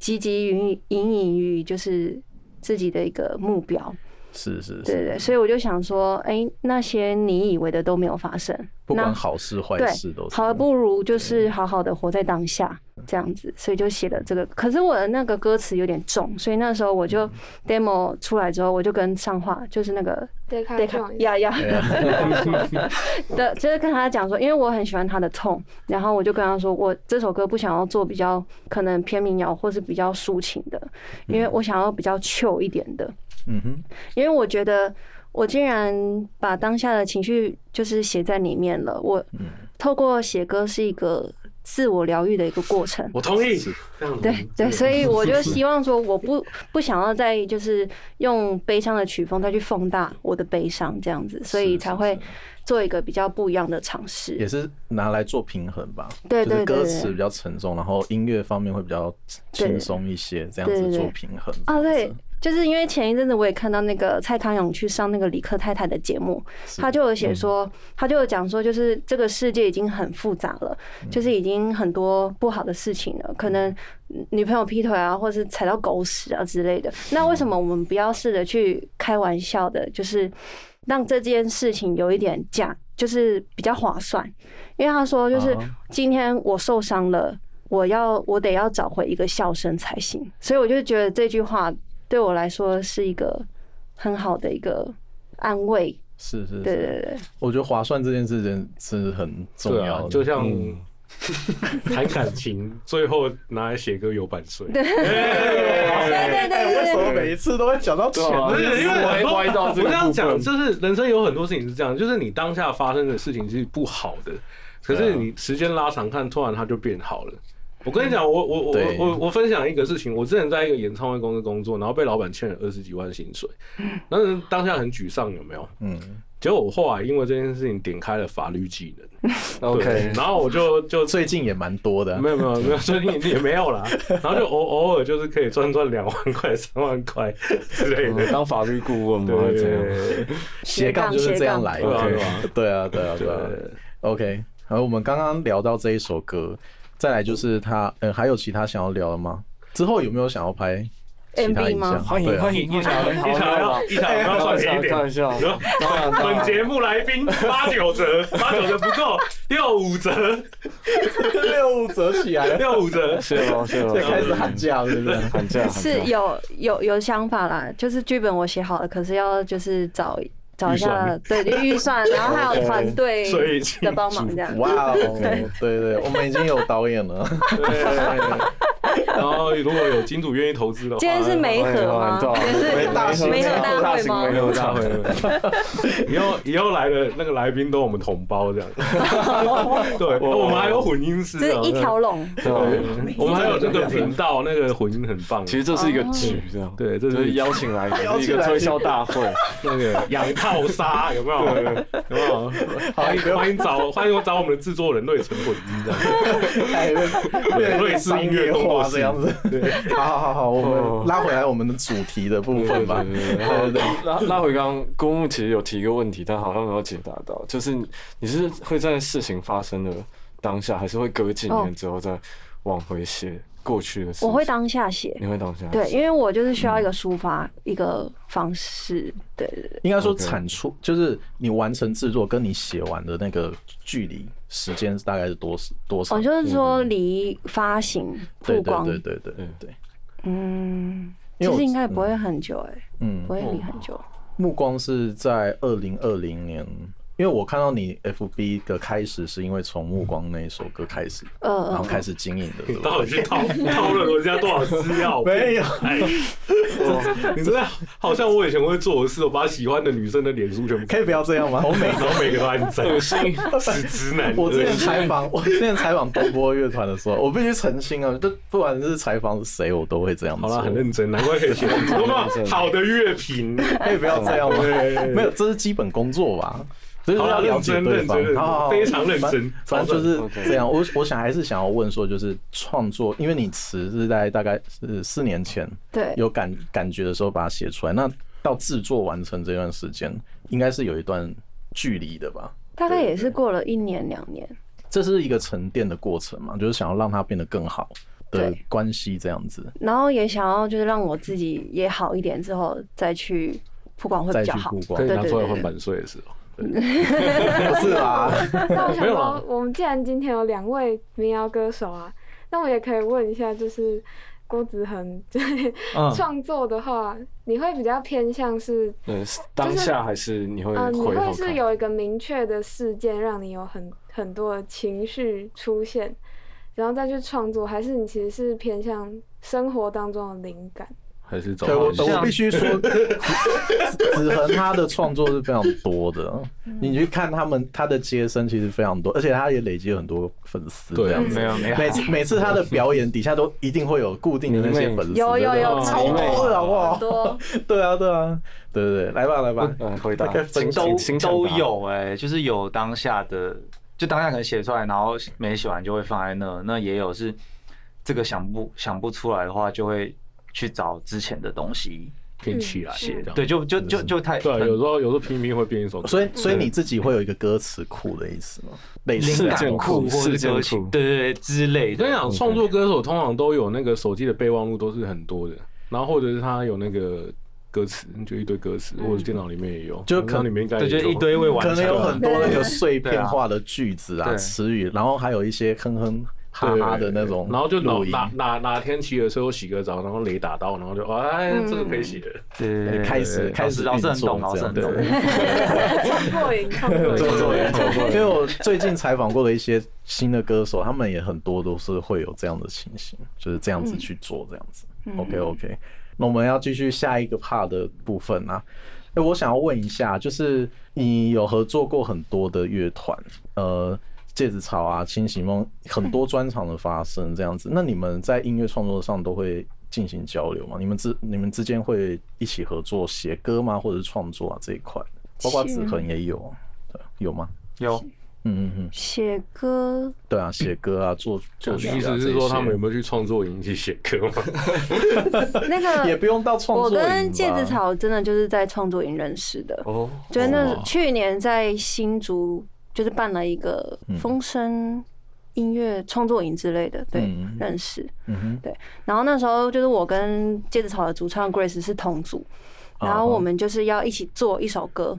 F: 汲汲营营营于就是自己的一个目标。
A: 是是是，
F: 对对对，所以我就想说，哎、那些你以为的都没有发生，
A: 不
F: 那
A: 管好事坏
F: 对
A: 事都是嗯
F: 好了，不如就是好好的活在当下这样子，所以就写了这个。可是我的那个歌词有点重，所以那时候我
A: 嗯
F: 就 demo 出来之后，我就跟上画，就是那个
I: 对，看
F: 对
I: 状
F: 看，呀呀， 对，就是跟他讲说，因为我很喜欢他的痛，然后我就跟他说，我这首歌不想要做比较可能偏民谣或是比较抒情的，因为我想要比较 chill 一点的，
A: 嗯哼，
F: 因为我觉得我竟然把当下的情绪就是写在里面了，我
A: 嗯
F: 透过写歌是一个自我疗愈的一个过程。
G: 我同意，这样子
F: 对对，所以我就希望说，我不不想要再就是用悲伤的曲风再去放大我的悲伤这样子，所以
A: 是
F: 才
A: 是
F: 会
A: 是
F: 做一个比较不一样的尝试。
A: 也是拿来做平衡吧，
F: 对
A: 就是
F: 对对
A: 歌
F: 对
A: 词比较沉重，然后音乐方面会比较轻松一些，这样
F: 对
A: 子
F: 对对
A: 做平衡
F: 啊，
A: 这样
F: 对
A: 子，
F: 就是因为前一阵子我也看到那个蔡康永去上那个理科太太的节目，他就有写说，他就有讲说，就是这个世界已经很复杂了，就是已经很多不好的事情了，可能女朋友劈腿啊，或是踩到狗屎啊之类的。那为什么我们不要试着去开玩笑的，就是让这件事情有一点价，就是比较划算？因为他说，就是
A: 啊
F: 今天我受伤了。我要我得要找回一个笑声才行。所以我就觉得这句话对我来说是一个很好的一个安慰。
A: 是是
F: 对
A: 是，
F: 对对，
A: 我觉得划算这件事情是很重
G: 对
A: 要
G: 啊
A: 的，，嗯
G: 就像谈感情，最后拿来写歌有版税。
F: 对对对对对，
A: 我每一次都会讲到钱
D: 对啊
A: 呢
G: 不是因为很多
D: 歪歪到这个
G: 我这样
D: 部
G: 讲，
D: 分
G: 就是人生有很多事情是这样，就是你当下发生的事情是不好的，可
A: 对
G: 是
A: 啊
G: 你时间拉长看，突然它就变好了。我跟你讲，我我我我
A: 对
G: 我我分享一个事情，我之前在一个演唱会公司工作，然后被老板欠了二十几万薪水，那时当下很沮丧，有没有？
A: 嗯，
G: 结果我后来因为这件事情点开了法律技能对
D: OK，
G: 然后我就就
A: 最近也蛮多的，
G: 没有没有没有，最近也没有啦，然后就偶偶尔就是可以赚赚两万块、三万块之类的
D: 嗯，当法律顾问
G: 对
D: 嘛，
G: 对
D: 这
G: 对
D: 样。
G: 对对。
A: 斜杠就是这样来的，
G: 对啊
A: OK
G: 对
A: 对啊
G: 啊
A: 对啊对啊，OK。然后我们刚刚聊到这一首歌，再来就是他，嗯，还有其他想要聊的吗？之后有没有想要拍其他
F: MV
A: 影像？
F: 吗
D: 欢
A: 对
D: 迎
A: 啊
D: 欢迎，
C: 一
D: 一场
C: 场要一场要算便宜一
D: 哎开
C: 点。
D: 玩笑，当然当
C: 本
D: 然
C: 节目来宾八九折，八九折不够，六五折，
A: 六五折起来
D: 哎
A: 了，
C: 六五折。
D: 谢喽谢喽，
A: 再开始喊价了，对不对？
D: 喊价，喊价
F: 是有有有想法啦，就是剧本我写好了，可是要就是找找一下 对预算，然后还有团队
C: 水晶
F: 的帮忙这样。
A: 哇哦，对对，我们已经有导演了，
G: 对，
D: 哎
G: 然后如果有金主愿意投资的话，
F: 今天是梅
D: 欢迎
F: 河吗？
D: 欢迎
F: 今
D: 对
F: 天
A: 大
F: 是
A: 型
F: 梅河
A: 大
F: 大会
D: 型梅
F: 吗？
D: 河
G: 哎大
D: 大
G: 会
D: 会，
G: 以后以后来的那个来宾都我们同胞 这样。对，我们还有混音师
F: 就
G: 啊，
F: 是一条龙，
D: 对吧？
G: 对。我们还有那 个频道，那个混音很棒。
D: 其实这是一个局，这样
G: 对这
D: 就是是邀请来的一个推销大会，
G: 那个养套杀有没有？有没有？欢迎欢迎找欢迎找我们的制作人瑞成混音这样。
A: 哎，瑞士音乐化这样子。好好好好，我们拉回来我们的主题的部分吧。对对对，
D: 拉拉回刚刚，郭牧其实有提一个问题，但好像没有解答到，就是你你是会在事情发生的当下，还是会隔几年之后再往回写过去的事？
F: 我会，当下写。
D: 你会当下
F: 对，因为我就是需要一个抒发一个方式，对对对，
A: 应该说产出就是你完成制作跟你写完的那个距离时间大概是多多少
F: 我？哦就是说离发行曝
A: 对
F: 光
A: 对，对对对对，
F: 嗯，其
A: 因为我
F: 实应该也不会很久哎、
A: 嗯
F: 不，会离很久，
A: 目光是在二零二零年。因为我看到你 FB 的开始是因为从《目光》那一首歌开始，
F: 嗯嗯
A: 然后开始经营的，对不对
C: 到底去掏掏了人家多少资料？
A: 没有
C: 哎，
G: 你真的好像我以前会做的事，我把喜欢的女生的脸书全部
A: 可以不要这样吗？我每
C: 然后每个都按赞，
D: 恶心，
C: 是直男。
A: 我之前
C: 恶心
A: 采访，我之前采访东波乐团的时候，我必须澄清啊，就不管是采访谁，我都会这样
G: 好
A: 做。
G: 了，很认真，难怪可以写。
C: 有没有好的乐评？
A: 可以不要这样吗？
G: 对
A: 没有，这是基本工作吧。就是
C: 好啦
A: 要了
C: 认
A: 解
C: 真
A: 对
C: 认
A: 方
C: 真，认
A: 好好好
C: 真，非常认真。
A: 反正就是
D: OK
A: 这样。我我想还是想要问说，就是创作，因为你词是在大概是四年前
F: 对，
A: 有感感觉的时候把它写出来，那到制作完成这段时间，应该是有一段距离的吧？
F: 大概也是过了一年两年，
A: 这是一个沉淀的过程嘛，就是想要让它变得更好的
F: 对
A: 关系这样子。
F: 然后也想要就是让我自己也好一点之后再去曝光会
A: 再
F: 比较
A: 去
F: 好
A: 曝。光
G: 可以，拿
F: 对对
G: 出来
F: 对
G: 换版税的时候，
A: 不是啦，
I: 那我想
G: 没有啦
I: 说，我们既然今天有两位民谣歌手啊，那我也可以问一下，就是郭子恒，就是
E: 嗯
I: 创作的话，你会比较偏向是，
D: 对，当下还是你会
I: 呃，你
D: 回
I: 会
D: 头
I: 是
D: 看。
I: 有一个明确的事件让你有很很多的情绪出现，然后再去创作，还是你其实是偏向生活当中的灵感？
G: 还是找
A: 对我
G: 到一
A: 我必须说，子子恒他的创作是非常多的，
F: 嗯
A: 你去看他们他的接生其实非常多，而且他也累积了很多粉丝
G: 对
A: 这
G: 啊
A: 样子。
E: 没有没有，
A: 每次每次他的表演底下都一定会有固定的那些粉丝，
F: 有有有，
A: 超多的好不好？
F: 多，
A: 哦对啊对啊，对对对，来吧来吧，
D: 嗯，回
A: 大
D: 答
A: 概分
D: 请
E: 都
D: 请抢
E: 都
D: 答
E: 有哎、就是有当下的，就当下可能写出来，然后没写完就会放在那。那也有是这个想不想不出来的话，就会去找之前的东西。
G: 拼起来这样。
E: 对，就就就就太
G: 对啊，有时候有时候拼拼会变一首歌，
A: 所以所以你自己会有一个歌词库的意思吗？类似这
E: 灵感
A: 样
D: 件
E: 库
D: 库
E: 或
D: 事
E: 是
D: 件
E: 歌
D: 库
E: 曲，对对对之类
G: 我跟你
E: 的。
G: 讲，创作歌手通常都有那个手机的备忘录，都是很多的，然后或者是他有那个歌词，就一堆歌词，或者电脑里面也有，
A: 就可
G: 能里面应该
E: 对，就
G: 也有
E: 一堆未完
A: 可
E: 成
A: 能
E: 的，
A: 有很多那个碎
E: 对
A: 片
E: 啊
A: 化的句子啊、
E: 对
A: 词语，然后还有一些哼哼哈哈的那种录音，
G: 然后就哪哪哪哪天骑的时候洗个澡，然后雷打到，然后就哎，这个可以写的，
E: 对对对对，
A: 开始开始
E: 老师很懂，
A: 运
E: 老
A: 作这
E: 师
A: 样
E: 很懂。
A: 对
I: 创作营，创作
A: 对
I: 营。
A: 对对，因为我最近采访过的一些新的歌手，他们也很多都是会有这样的情形，就是这样子去做这样子。OK OK，那我们要继续下一个 part 的部分啊。哎，我想要问一下，就是你有合作过很多的乐团，呃，戒指潮啊、清醒梦，很
F: 嗯
A: 多专场的发生这样子。那你们在音乐创作上都会进行交流吗？你们之你们之间会一起合作写歌吗？或者是创作啊这一块？包括子恒也有，啊对有吗？
E: 有
A: 嗯嗯嗯，
F: 写 歌
A: 对啊，写歌啊，作作曲啊，
G: 意思
A: 这
G: 是
A: 些
G: 说他们有没有去创作营一起写歌 吗？
F: 那个
A: 也不用到创
F: 我
A: 作营吧。
F: 跟戒指草真的就是在创作营认识的，
D: 哦，
F: 就是那去年在新竹就是办了一个
A: 嗯
F: 风声音乐创作营之类的，对
A: 嗯，
F: 认识。
A: 嗯哼，
F: 然后那时候就是我跟戒指草的主唱 Grace 是同组，
A: 哦
F: 然后我们就是要一起做一首歌，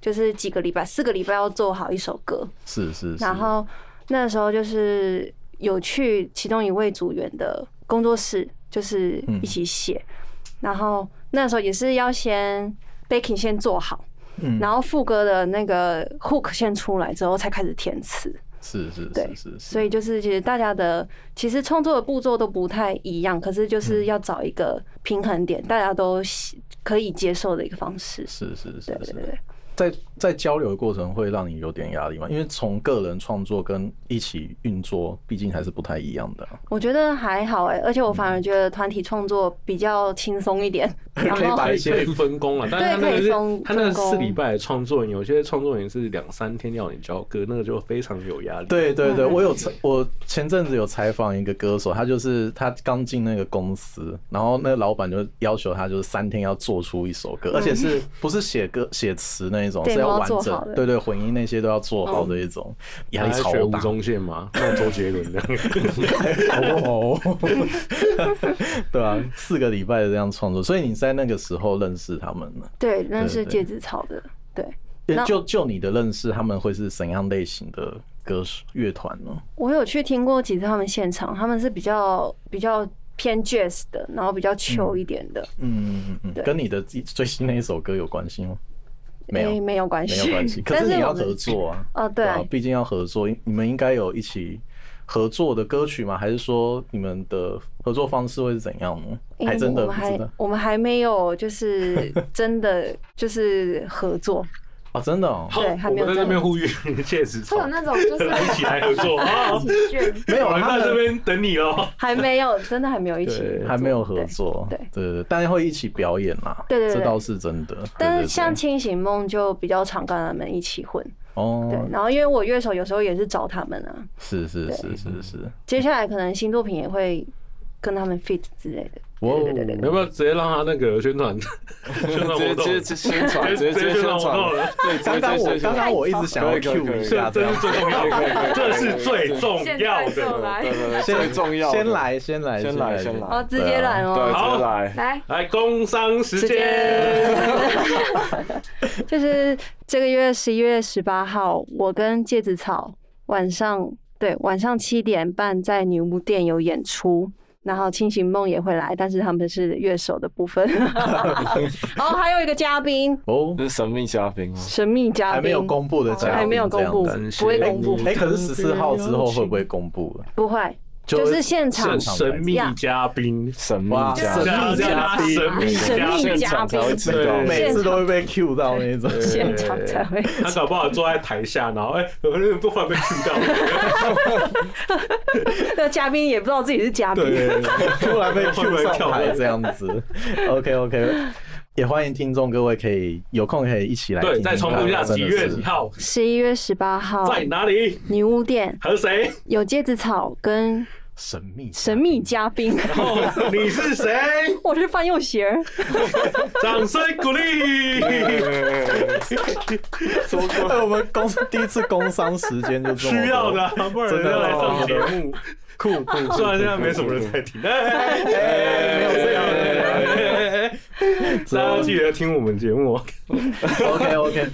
F: 就是几个礼拜，四个礼拜要做好一首歌。
A: 是是是，
F: 然后那时候就是有去其中一位组员的工作室，就是
A: 嗯
F: 一起写。然后那时候也是要先 baking 先做好，
A: 嗯
F: 然后副歌的那个 hook 先出来之后才开始填词。
A: 是是
F: 对
A: 是是，
F: 所以就是其实大家的其实创作的步骤都不太一样，可是
A: 嗯
F: 就是要找一个平衡点，大家都喜可以接受的一个方式。
A: 是是是
F: 对
A: 是是，
F: 对对，
A: 在在交流的过程会让你有点压力吗？因为从个人创作跟一起运作，毕竟还是不太一样的啊，
F: 我觉得还好哎、而且我反而觉得团体创作比较轻松一点，然
A: 可以
F: 后
A: 把一
G: 可以
A: 些
G: 分工啊了，但是他那
F: 对可
G: 个
F: 以
G: 是
F: 分
G: 他那个
F: 分工
G: 四礼拜的创作营，有些创作营是两三天要你交歌，那个就非常有压力。
A: 对对对，我有
F: 嗯
A: 采我前阵子有采访一个歌手，他就是他刚进那个公司，然后那个老板就要求他就是三天要做出一首歌，而且是不是写歌写词那一种，
F: 嗯对
A: 是
F: 都要
A: 完
F: 做好
A: 整
F: 的，嗯
A: 对对，混音那些都要做好的一种，压力
G: 还
A: 超
G: 学吴
A: 大。
G: 宗宪嘛，那种周杰伦的，
A: 哦，对啊，四个礼拜的这样创作，所以你在那个时候认识他们呢？
F: 对，那是
A: 对
F: 戒指草的，对。
A: 也
F: 那
A: 就就你的认识，他们会是怎样类型的歌手乐团呢？
F: 我有去听过几次他们现场，他们是比较比较偏 jazz 的，然后比较 chill 一点的，
A: 嗯嗯嗯嗯，
F: 对
A: 跟你的最新那一首歌有关系吗？没有
F: 诶，没有关
A: 没
F: 系，
A: 有 关系。可
F: 但
A: 是你要
F: 我们
A: 合作啊，
F: 哦，对，
A: 啊毕竟要合作，你们应该有一起合作的歌曲吗？还是说你们的合作方式会是怎样呢？
F: 因为
A: 还真的
F: 我
A: 不
F: 们
A: 知道
F: 还我们还没有就是真的就是合作，
A: 啊，真的哦，
F: 对，还
G: 我
F: 没有
G: 们在那
F: 真的
G: 边呼吁， 戒指
I: 会有
G: 草
I: 那种就是
G: 一起 来合作啊！
I: 一起卷，
A: 没有
G: 我
A: 啊，
G: 们
A: 他
G: 在这
A: 们
G: 边等你哦。
F: 还没有真的还没有一起合
A: 对
F: 作，
A: 还没有合
F: 对。
A: 作，
F: 对
A: 对对，但是会一起表演啦，
F: 对对对
A: 这倒是真的。
F: 但
A: 对对
F: 是
A: 对
F: 像清醒梦就比较常跟他们一起混，对
A: 哦，。
F: 然后因为我乐手有时候也是找他们啊，
A: 是是是是是，
F: 接下来可能新作品也会跟他们 fit 之类的，
A: 哇哦，
G: 你要不要直接让他那个宣 传宣传活
D: 直接
G: 动？
D: 直接宣传，
G: 直接
D: 直接宣
G: 宣传活
D: 传
G: 动了，
D: 对，
A: 刚刚我
D: 直接
A: 刚刚我一直想要
D: 可以可以
A: Q 一
D: 可以
A: 下，
G: 这
A: 这
G: 这
A: 样
G: 是最重要的，这是最重
I: 现
G: 要
I: 在就
G: 的。
I: 来
D: 对对 对，
A: 先
D: 最重要的，
A: 先来，先来，
D: 先来先来
F: 哦，直
A: 啊
F: 接来
D: 对，啊
F: 哦，
D: 直
G: 好
D: 接来，
I: 来，
G: 来，工商时
F: 直
G: 间，
F: 就是这个月十一月十八号，我跟芥子草晚上对晚上七点半在女巫店有演出。然后清醒梦也会来，但是他们是乐手的部分。 然后还有一个嘉宾，
A: 哦，
D: 这是神秘嘉宾吗？
F: 神秘嘉宾，
A: 还没有公布的嘉宾，
F: 嗯哦还没有公布
A: 这样子，
F: 不会公布，
A: 哎、可是十四号之后会不会公布？啊
F: 不会，就是现场
A: 正
G: 神
A: 常
G: 神秘嘉宾，
D: 神秘
A: 哇
D: 嘉
A: 神秘
D: 宾，
A: 嘉宾
G: 神秘
F: 神
G: 嘉
F: 秘
G: 宾，
D: 现场才会知道
G: 对。
A: 啊每次都会被 Q 到那种。
F: 现场才会
G: 他搞不好坐在台下，然后哎，我都忽然被听到，
F: 那嘉宾也不知道自己是嘉宾。
G: 对，
A: 突然被 Q 上台这样子。OK OK，也欢迎听众各位可以有空可以一起来听
G: 对，
A: 听看。
G: 再重复一下，
A: 真
G: 几
A: 的
G: 月
A: 是
G: 几号，
F: 十一月十八号，
G: 在哪里，
F: 女巫店
G: 和谁？
F: 有芥子草跟
A: 神秘嘉
F: 神秘嘉宾，
G: 哦，你是谁？
F: 我是范佑贤 儿，
G: 掌声鼓励。
A: 宾？ 哎我们公第一次工商时间就这么多
G: 需要的 啊，不然人家来上节目。
A: 酷酷酷，
G: 虽然现在没什么人在 听，哎哎
A: 哎没有这样
G: 哎
A: 的。
G: 哎哎
A: 之
G: 大家
A: 后
G: 要记得听我们节目哦。
A: OK OK，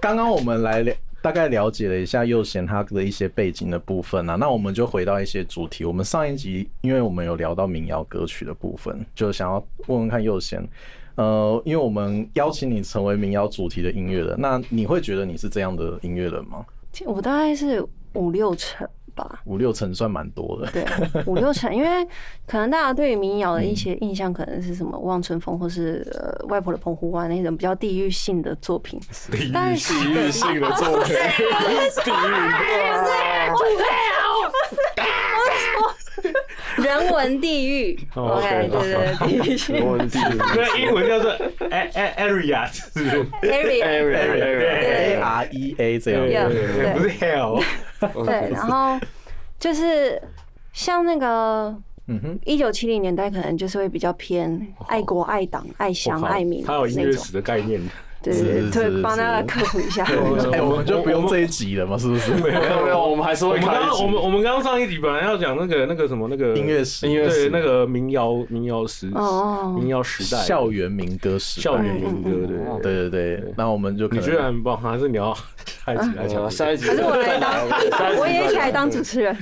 A: 刚刚我们来了大概了解了一下右贤他的一些背景的部分啊，那我们就回到一些主题。我们上一集因为我们有聊到民谣歌曲的部分，就想要问问看右贤，呃，因为我们邀请你成为民谣主题的音乐人，那你会觉得你是这样的音乐人吗？
F: 我大概是五六成吧。
A: 五六成算蛮多的，
F: 对，五六成，因为可能大家对于民谣的一些印象，可能是什么《望春风》或是呃《外婆的澎湖湾》那种比较地域性的作品。
D: 地
F: 但
D: 域
F: 是
D: 性地域性的作品，地域
F: 人文地域
G: 哦
F: ，OK，对对对，地域性。
D: 我 们地域
G: 那英文叫做 a a area，是不 是？
F: area，
A: A R E A 这样
F: Yeah
A: 的。
F: 对
G: 不是 hell，
F: 对，然后就是像那个
A: 嗯哼，哦
F: 一九七零年代，可能就是会比较偏爱国、爱党、爱乡、爱民
G: 它有音
F: 那
G: 乐
F: 种。
G: 史的概念。
F: 对
A: 是
F: 对
A: 是
F: 对，
A: 是
F: 对帮大家科普一 下。
A: 哎、我们就不用这一集了嘛，是不是？
D: 没有没有，我们还是
G: 我
D: 会
G: 们刚
D: 开
G: 刚
D: 始
G: 我们我们刚刚上一集本来要讲那个那个什么那个
A: 音乐史
D: 音乐
G: 对
D: 史
G: 那个民谣民谣时
F: 哦
G: 民谣时代
A: 校园民歌时代，
G: 校园民歌，对对对。
A: 对对对，那我们就可
G: 你
A: 能
G: 居然帮，还是你要 下一集来
D: 好
G: 讲？
D: 下一集
F: 可是我来当
D: 下一，集
F: 我也一起来当主持人。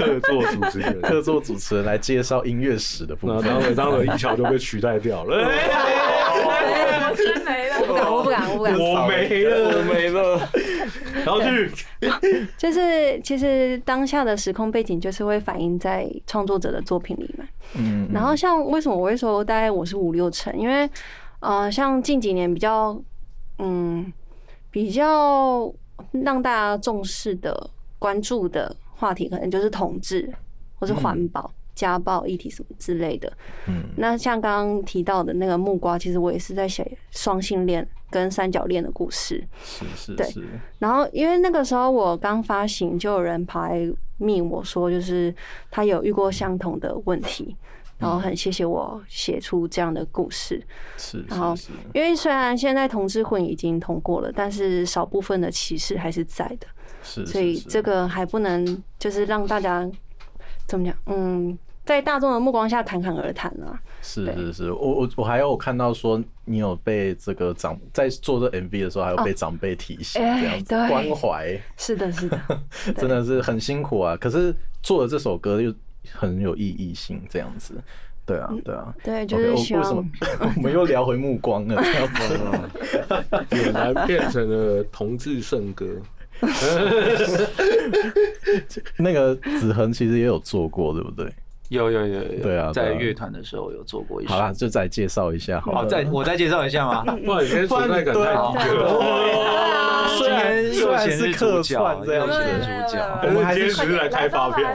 G: 客座主持人，
A: 客座主持人来介绍音乐史的部
G: 那
A: 分。
G: 当然，当然，一桥就被取代掉 了。
D: 哎
I: 我真没了。
F: 不敢，我不敢，我不敢。
G: 我没了，
D: 哎我没了，
G: 然后去
F: 就是其实当下的时空背景，就是会反映在创作者的作品里面。
A: 嗯，
F: 然后像为什么我会说大概我是五六成，因为呃，像近几年比较嗯比较让大家重视的、关注的话题，可能就是统治或是环保、家暴议题什么之类的。
A: 嗯，
F: 那像刚刚提到的那个木瓜，其实我也是在写双性恋跟三角恋的故事。
A: 是是
F: 对
A: 是，
F: 然后因为那个时候我刚发行，就有人跑来命我说，就是他有遇过相同的问题，
A: 嗯
F: 然后很谢谢我写出这样的故事。
A: 是
F: 然后
A: 是是，
F: 因为虽然现在同志婚已经通过了，但是少部分的歧视还是在的，
A: 是，
F: 所以
A: 是是
F: 这个还不能就是让大家怎么讲，嗯，在大众的目光下侃侃而谈啊。
A: 是
F: 对
A: 是是，我我我还有看到说你有被这个长在做这 MV 的时候，还有被长辈提醒
F: 哦哎
A: 这样子
F: 对
A: 关怀，
F: 是的，是的，
A: 真的是很辛苦啊。可是做了这首歌又很有意义性，这样子，对
F: 嗯
A: 啊对啊。
F: 对，就
A: OK，
F: 是
A: 我
F: 希
A: 为什么
F: 望
A: 我们又聊回目光 了？这样子
G: 俨然变成了同志圣歌，
A: 那个子恒其实也有做过，对不对？
E: 有有有有有，
A: 对啊对
E: 在
A: 啊
E: 乐团的时候有做过一首
A: 好。啦，嗯就再介绍一下好
G: 哦
A: 了。
E: 好，再我再介绍一下嘛。
G: 不然你今天存在感太
D: 啊
G: 低了。
E: 啊
A: 虽然虽
E: 右
A: 然
E: 贤
A: 是客
E: 主角，
A: 串这样
E: 右贤
A: 子，
E: 是主
G: 我
E: 角，
G: 们还是今天只是来开发 票，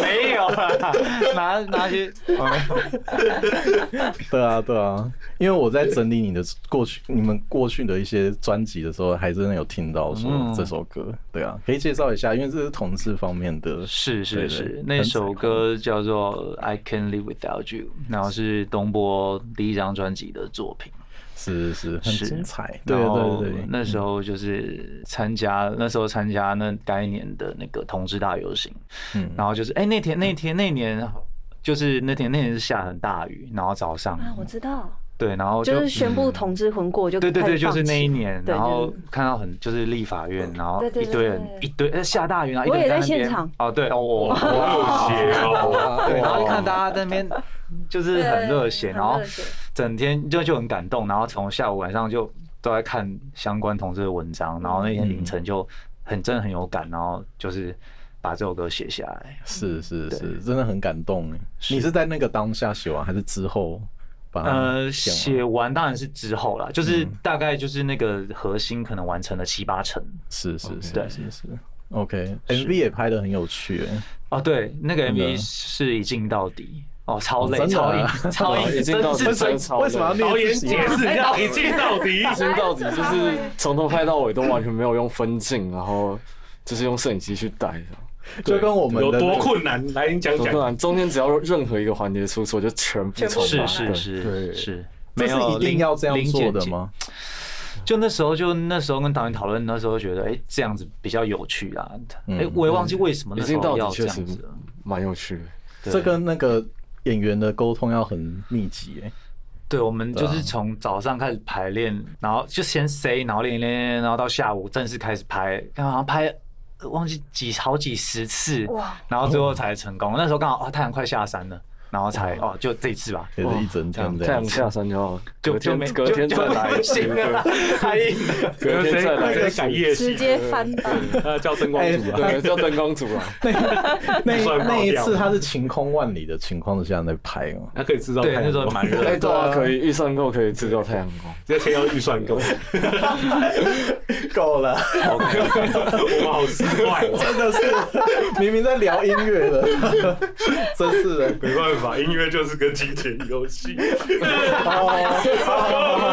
E: 没有啦，拿拿些，哦啊
A: 对啊对啊，因为我在整理你的过去、你们过去的一些专辑的时候，还真的有听到说
E: 嗯
A: 这首歌，对啊，可以介绍一下，因为这是同志方面的，
E: 是
A: 对
E: 是
A: 对
E: 是，
A: 很
E: 那首
A: 彩虹
E: 歌叫做《I Can Live Without You》，然后是东波第一张专辑的作品。
A: 是是，很
E: 是
A: 精彩。对
E: 然后
A: 对对对，
E: 那时候就是参加，那时候参加那该年的那个同志大游行，
A: 嗯
E: 然后就是哎、那天那天那年就是那天那天是下很大雨，然后早上
F: 啊，我知道，
E: 对，然后
F: 就是宣布同志魂过就
E: 对对
F: 开
E: 对，
F: 始
E: 就
F: 放
E: 是那一
F: 弃
E: 年，
F: 对
E: 然后
F: 就
E: 看到很就是立法院，然后
F: 对对
E: 一
F: 对
E: 堆人
F: 对
E: 一堆呃下大雨，然后一
F: 我
E: 堆人
F: 也在
E: 那边
F: 现场
E: 哦，对哦，我
G: 好有血哦！
A: 哇
E: 对，然后就
A: 哇
E: 看大家在那边就是很热血，
F: 对
E: 然后
F: 很热血
E: 整天就就很感动，然后从下午晚上就都在看相关同志的文章，然后那天凌
F: 嗯
E: 晨就很真的很有感，然后就是把这首歌写下来。
A: 是是
E: 对
A: 是，真的很感动哎。你是在那个当下写完，还是之后把它
E: 呃，
A: 嗯写完嗯
E: 写完当然是之后啦，就是大概就是那个核心可能完成了七八成。
A: 是是是
E: 对
A: 是是。OK，MV 也拍的很有趣哎，
E: 哦，对，那个
A: 真的
E: MV 是一镜到底，哦，超
A: 哦
E: 累，
A: 真的
E: 超
A: 啊
E: 硬，超硬，
D: 一镜到底真
E: 真是
D: 的超
A: 为什么要虐
G: 导
D: 累
G: 演
A: 自己
G: 解释一下，一镜到底。
D: 一镜到底就是从头拍到尾都完全没有用分镜，然后就是用摄影机去带的，
A: 就跟我们
G: 有
A: 的
G: 多困难？来，你讲
D: 不
G: 讲。
D: 然中间只要任何一个环节出错，就全部重
E: 是
D: 拍。
E: 是是
G: 对
E: 是，
A: 这
E: 没
A: 是
E: 有
A: 一定
E: 零
A: 要这样
E: 零
A: 做
E: 剪
A: 的
E: 辑
A: 吗？
E: 就那时候，就那时候跟导演讨论，那时候觉得，哎、这样子比较有趣啊。
A: 嗯
E: 哎、我也忘记为什么
D: 一
E: 那时
D: 镜到
E: 候
D: 底
E: 要这
D: 确
E: 样
D: 实
E: 子了。
D: 蛮有趣的。
E: 对
A: 这跟那个演员的沟通要很密集哎。
E: 对，我们
A: 对
E: 就
A: 啊
E: 是从早上开始排练，然后就先 say，然后练练练练，然后到下午正式开始拍，然后好像拍呃忘记几好几十次，然后最后才成功。那时候刚好哦，太阳快下山了，然后才哦，就这一次吧，
A: 也是一整
D: 太
A: 天
D: 阳
A: 这
D: 太
A: 样
D: 阳
A: 子。
D: 下山就好，
E: 就
D: 隔
E: 就
D: 天
E: 没
D: 隔天
E: 就
D: 再
E: 就
D: 来
E: 不
D: 一次，
E: 行了，太硬了。
D: 隔天再
G: 那
D: 来 一
G: 个
D: 次
G: 改夜
F: 直
G: 戏，
F: 接翻版。
G: 呃，叫灯光组啊。
D: 哎对，叫灯光组啊。
A: 那
G: 不算爆
A: 那一
G: 掉
A: 次他是晴空万里的情况之下在拍嘛，
G: 他可以制造太
E: 对，那
G: 阳
E: 时候
G: 光，
E: 蛮热
D: 哎，
E: 的。
D: 对啊，可以预算够，可以制造太阳光。
G: 这钱要预算够，
A: 够了，
G: 我们好失败哦。
A: 真的是明明在聊音乐了，真是的。
G: 没办法，音乐就是个金钱游 戏。哦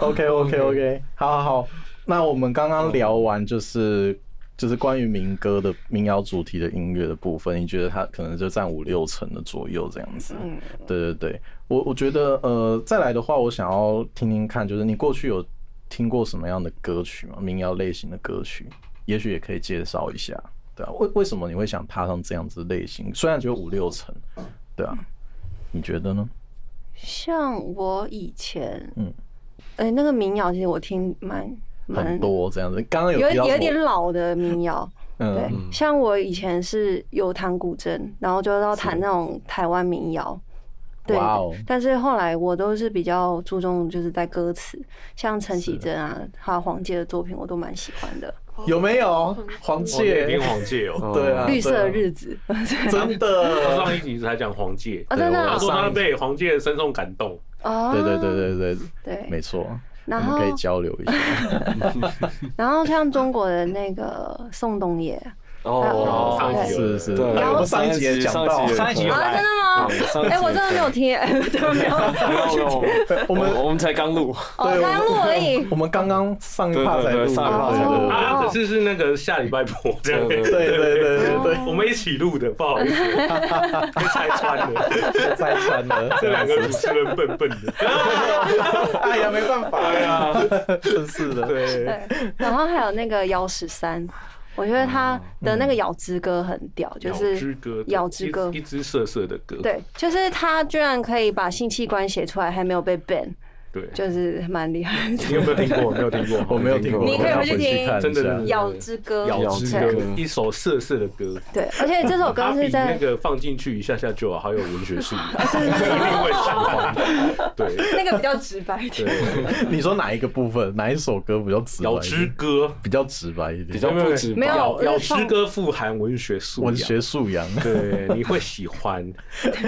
A: OK OK OK，好好好，那我们刚刚聊完就是就是关于民歌的民谣主题的音乐的部分，你觉得它可能就占五六成的左右这样子？
F: 嗯，
A: 对对对，我我觉得呃，再来的话，我想要听听看，就是你过去有听过什么样的歌曲吗？民谣类型的歌曲，也许也可以介绍一下，对啊，为为什么你会想踏上这样子类型？虽然只有五六成，对啊，你觉得呢？
F: 像我以前，
A: 嗯
F: 嗯，哎，那个民谣其实我听蛮蛮
A: 很多这样子，刚刚有
F: 有
A: 提到
F: 有
A: 什
F: 点
A: 么
F: 老的民谣。对
A: 嗯，，
F: 像我以前是有弹古筝，然后就要弹那种台湾民谣。对
A: 哇哦，
F: 但是后来我都是比较注重就是在歌词，像陈绮
A: 是啊
F: 贞啊，还有黄玠的作品，我都蛮喜欢的。
A: 有没有黄
G: 我也
A: 玠
G: 听？黄玠哦，
A: 对啊，
F: 绿色
A: 对
F: 的
A: 啊
F: 日子，
A: 真
G: 他
A: 的，
G: 上一集才讲黄玠，
F: 哦，真的
G: 他
F: 啊
G: 说他被黄玠深受感动。
F: 哦，
A: 对对对对对，
F: 对
A: 没错，我
F: 然
A: 们
F: 后
A: 可以交流 一下。
F: 然后像中国的那个宋冬 野，
D: 哦，
G: 上一集有
A: 是是，
D: 对
A: 哎我们上一
D: 上一
A: 集也
D: 集
A: 讲
D: 上一
A: 到
D: 集，也
E: 上一集有
F: 啊，真
E: 来，
F: 的吗？
D: 上一集
F: 哎，我真的没有听，哎，对，没有，
D: 没有没有没有，
A: 我们
D: 我们才刚录，
F: 哦，刚录而已。
A: 我们刚刚上一趴才
D: 对对
A: 录
D: 对上一 part
F: 才录
A: 对
G: 啊，只是是那个下礼拜播这样。
D: 对
A: 对对对对对
G: 我们一起录的，不好意思，被拆穿了。
A: 对，啊再穿了，
G: 这两个主持人笨笨的，
A: 哎呀，没办法呀，真是的，
G: 对，
F: 对，然后还有那个幺十三，我觉得他的那个咬之歌很屌，就
G: 哦
F: 是
G: 咬之歌，
F: 咬之歌
G: 一只色色的歌，
F: 对，就是他居然可以把性器官写出来，还没有被 ban，
G: 对，
F: 就是蛮厉害的。
G: 你有没有听过？没有听过，
A: 我没有听过，
F: 你可以
A: 我要
F: 回去听
A: 看一下
G: 真的真的
F: 咬之歌，
G: 咬
D: 咬
G: 之
D: 之
G: 歌
D: 歌，
G: 一首色色的歌。
F: 对，而且这首歌
G: 它
F: 是
G: 比那
F: 在啊
G: 个放进去一下下就好，好有文学术语， 韵味相反。对
F: 那个比较直白一点。
G: 对，
A: 你说哪一个部分，哪一首歌比较直白一
G: 咬
A: 点？
G: 之歌
A: 比较直白一点，
D: 比较不止
F: 没有
D: 吧
G: 咬咬之歌富含文学素
A: 文
G: 养，
A: 学素养。
G: 对，你会喜欢。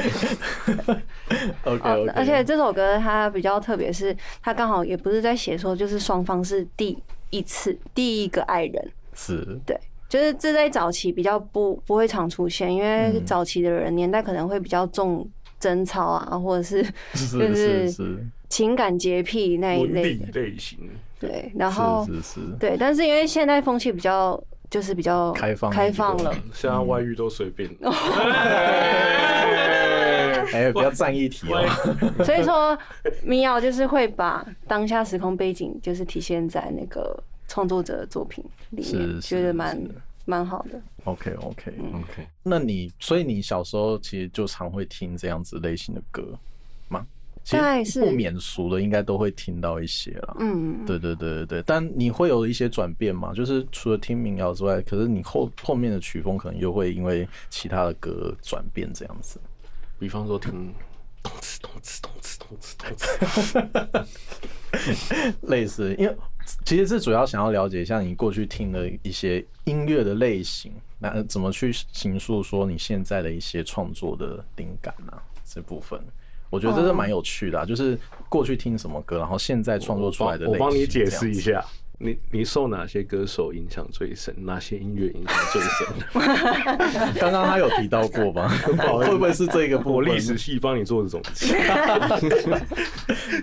A: OK
F: 哦
A: OK，，
F: 而且这首歌它比较特别，是它刚好也不是在写说，就是双方是第一次第一个爱人，
A: 是
F: 对，就是这在早期比较不不会常出现，因为
A: 嗯
F: 早期的人年代可能会比较重争吵啊，或者是
A: 是
F: 就是是
A: 是
F: 情感洁癖那一
G: 文
F: 类
G: 笔
F: 的，
G: 类型，
F: 对，然后
A: 是是是，
F: 对，但是因为现在风气比较。就是比较
A: 开放
F: 开放了。嗯
G: 现在外遇都随便。
A: 哎，不要站一体哦。
F: 所以说，民谣就是会把当下时空背景就是体现在那个创作者的作品里
A: 是
F: 面，觉
A: 是
F: 得蛮
A: 是
F: 蛮好的。
A: OK OK，
F: 嗯
D: OK，
A: 那你所以你小时候其实就常会听这样子类型的歌吗？其
F: 大概
A: 实
F: 是
A: 不免俗的，应该都会听到一些啦。
F: 嗯，
A: 对对对对对，但你会有一些转变吗？就是除了听民谣之外，可是你后后面的曲风可能又会因为其他的歌转变这样子。
G: 比方说听咚哧咚哧咚哧咚哧咚哧，
A: 类似，因为其实是主要想要了解一下你过去听的一些音乐的类型，那呃怎么去形塑说你现在的一些创作的灵感啊这部分。我觉得这是蛮有趣的、啊，就是过去听什么歌，然后现在创作出来的类
G: 哦我
A: 型。
G: 帮你解释一
A: 下。
G: 下。你你受哪些歌手影响最深？哪些音乐影响最深？
A: 刚刚他有提到过 吗？会不会是这个部
G: 我
A: 分？
G: 历史系帮你做这种事情。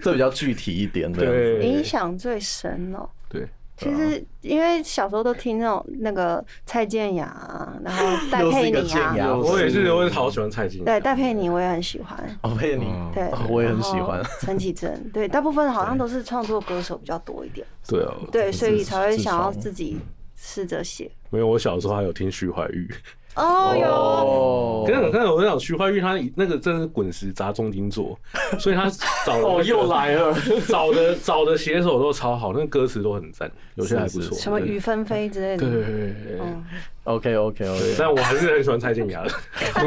A: 这比较具体一点的。
F: 影
G: 对
F: 响最深哦。
G: 对，
F: 其
A: 啊
F: 实因为小时候都听那种那个蔡健雅啊，然 后戴
A: 又是一
F: 佩
A: 个
F: 妮
A: 健
F: 啊，
A: 雅，
G: 我也是，我也好喜欢蔡健雅。
F: 对戴佩妮我也很喜欢。
A: 我佩妮，
D: 嗯
F: 对
A: 哦，我也很喜欢
F: 然后陈绮贞，对，大部分好 像都是创作歌手比较多一点，
G: 对啊，
F: 对，所以才会
A: 自
F: 想要
A: 创
F: 自己试着写。
G: 没有，我小时候还有听徐怀钰。
F: 哦哟，
A: 哦
G: 可是我看我想徐怀钰他那个真的是滚石砸重金做，所以他找的
D: 哦，又来了。
G: 找的找的写手都超好，那歌词都很赞，有些还不
A: 是
G: 错。
A: 是
F: 什么雨纷飞之类的。
G: 对？对对对对。
A: ，OK OK
G: 对
A: OK，
G: 但我还是很喜欢蔡健雅的。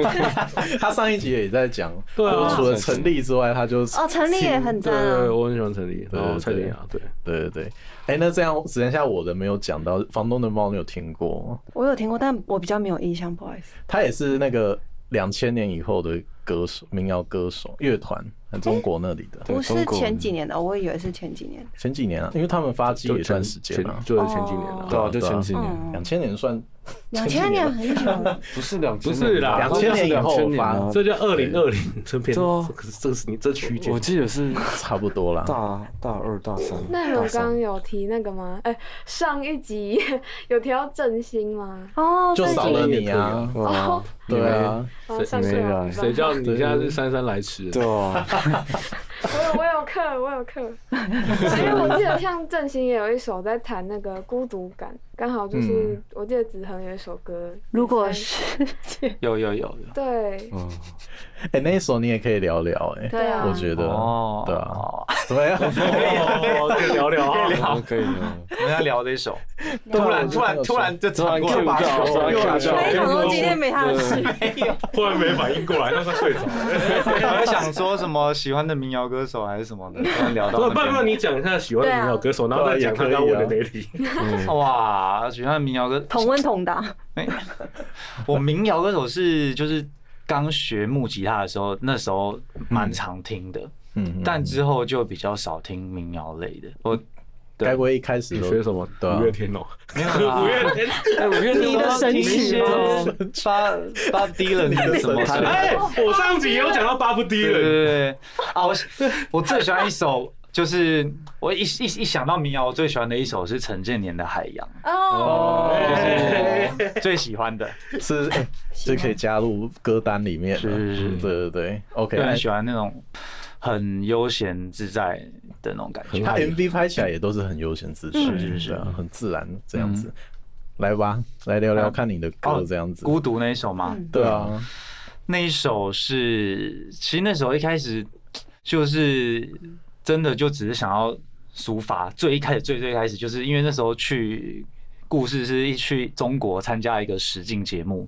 A: 他上一集也在讲，
G: 对啊
A: 除了成立之外，他就是
F: 哦，陈立也很
G: 对
F: 赞啊。
G: 我很喜欢陈立，然后
A: 对
G: 蔡健雅，对，
A: 对对对。哎、那这样只剩下我的没有讲到，《房东的猫》你有听过吗？
F: 我有听过，但我比较没有印象，不好意思。
A: 他也是那个两千年以后的歌手，民谣歌手乐团，中国那里的。
D: 对
F: 不是
D: 中国
F: 前几年的，我以为是前几年。
A: 前几年啊，因为他们发迹也算时间了
G: 前，就是前几年了。
D: 对啊，就前几年，
A: 两千年算
F: 哦 两千年啊很久了，
D: 不是两
G: 不是啦
D: 两
A: 2000年以后
D: 千年
A: 吧
D: 啊，
G: 这叫二零二零，这篇
D: 对啊
G: 这个这个是你这区间
D: 我，记得是
A: 差不多啦。
D: 大大二大三。
I: 那你们
D: 大三
I: 刚刚有提那个吗？哎、上一集 有提到振兴吗？
F: 哦，
A: 就
F: 最
A: 少
F: 近
A: 了你啊，
D: 哇，
A: 对啊，
I: 哦，
D: 谁
I: 上课
D: 没
I: 有
D: 来
I: 提到
G: 谁叫你现在是姗姗来迟？
D: 对啊，
I: 我有我有课，我有课。因为我记得像振兴也有一首在谈那个孤独感，刚好就是、我记得子恒有一首歌，
F: 如果是
E: 有有有有，
I: 对
D: 嗯，
A: 哎、那一首你也可以聊聊、哎、
F: 对啊
A: 我，觉得，
E: 哦
A: 对啊， 怎么样？
G: 哦，可以聊聊啊。
D: 好可以啊，
E: 我们要聊这 首，
A: 突
F: 啊
E: 突然突然突然就转过来，
D: 突 然 Q 到突然 Q
F: 没想
D: 到
F: 到今天没他的事。
G: 突然没反应过来，让他睡着了。
E: 我 就想说什么喜欢的民谣歌手还是什么的，突然聊到
G: 不
E: 那
G: 不
E: 边
G: 不，你讲一下喜欢的
F: 啊
G: 民谣歌手，然后再啊讲他刚问的那题。
E: 哇，喜欢的民谣歌
F: 同温同答，
E: 没，我民谣歌手是就是刚学木吉他的时候，那时候蛮常听的，
A: 嗯，
E: 但之后就比较少听民谣类的。我
A: 该不会一开始都
G: 什么？
A: 对啊
G: 五月天哦，
E: 没有啦
G: 五月天
D: 哎，我愿
F: 你的神
E: 听一
F: 曲
E: 些
F: 吗
E: 巴巴迪伦的什么
A: 你的神曲
E: 哎
G: 哎，我上集有讲到巴布迪
E: 对
G: 人，
E: 对对对啊！我我最喜欢一首，就是我一一一想到民谣，我最喜欢的一首是陈建年的《海洋
A: 哦，
G: 哎》，
E: 最喜欢的，
A: 是哎这可以加入歌单里面的，
E: 啊是是是
A: 对对对，OK，
E: 就很喜欢那种很悠闲自在的那种感觉。哦
A: 他 MV 拍起来也都是很悠闲自在，
E: 是是是嗯
A: 对啊很自然这样子。来吧，来聊聊看你的歌这样子。
E: 啊哦孤独那一首嘛，
F: 嗯
A: 对啊，
E: 那一首是，其实那时候一开始就是真的就只是想要抒发，最一开始最最开始就是因为那时候去故事是一去中国参加一个实境节目，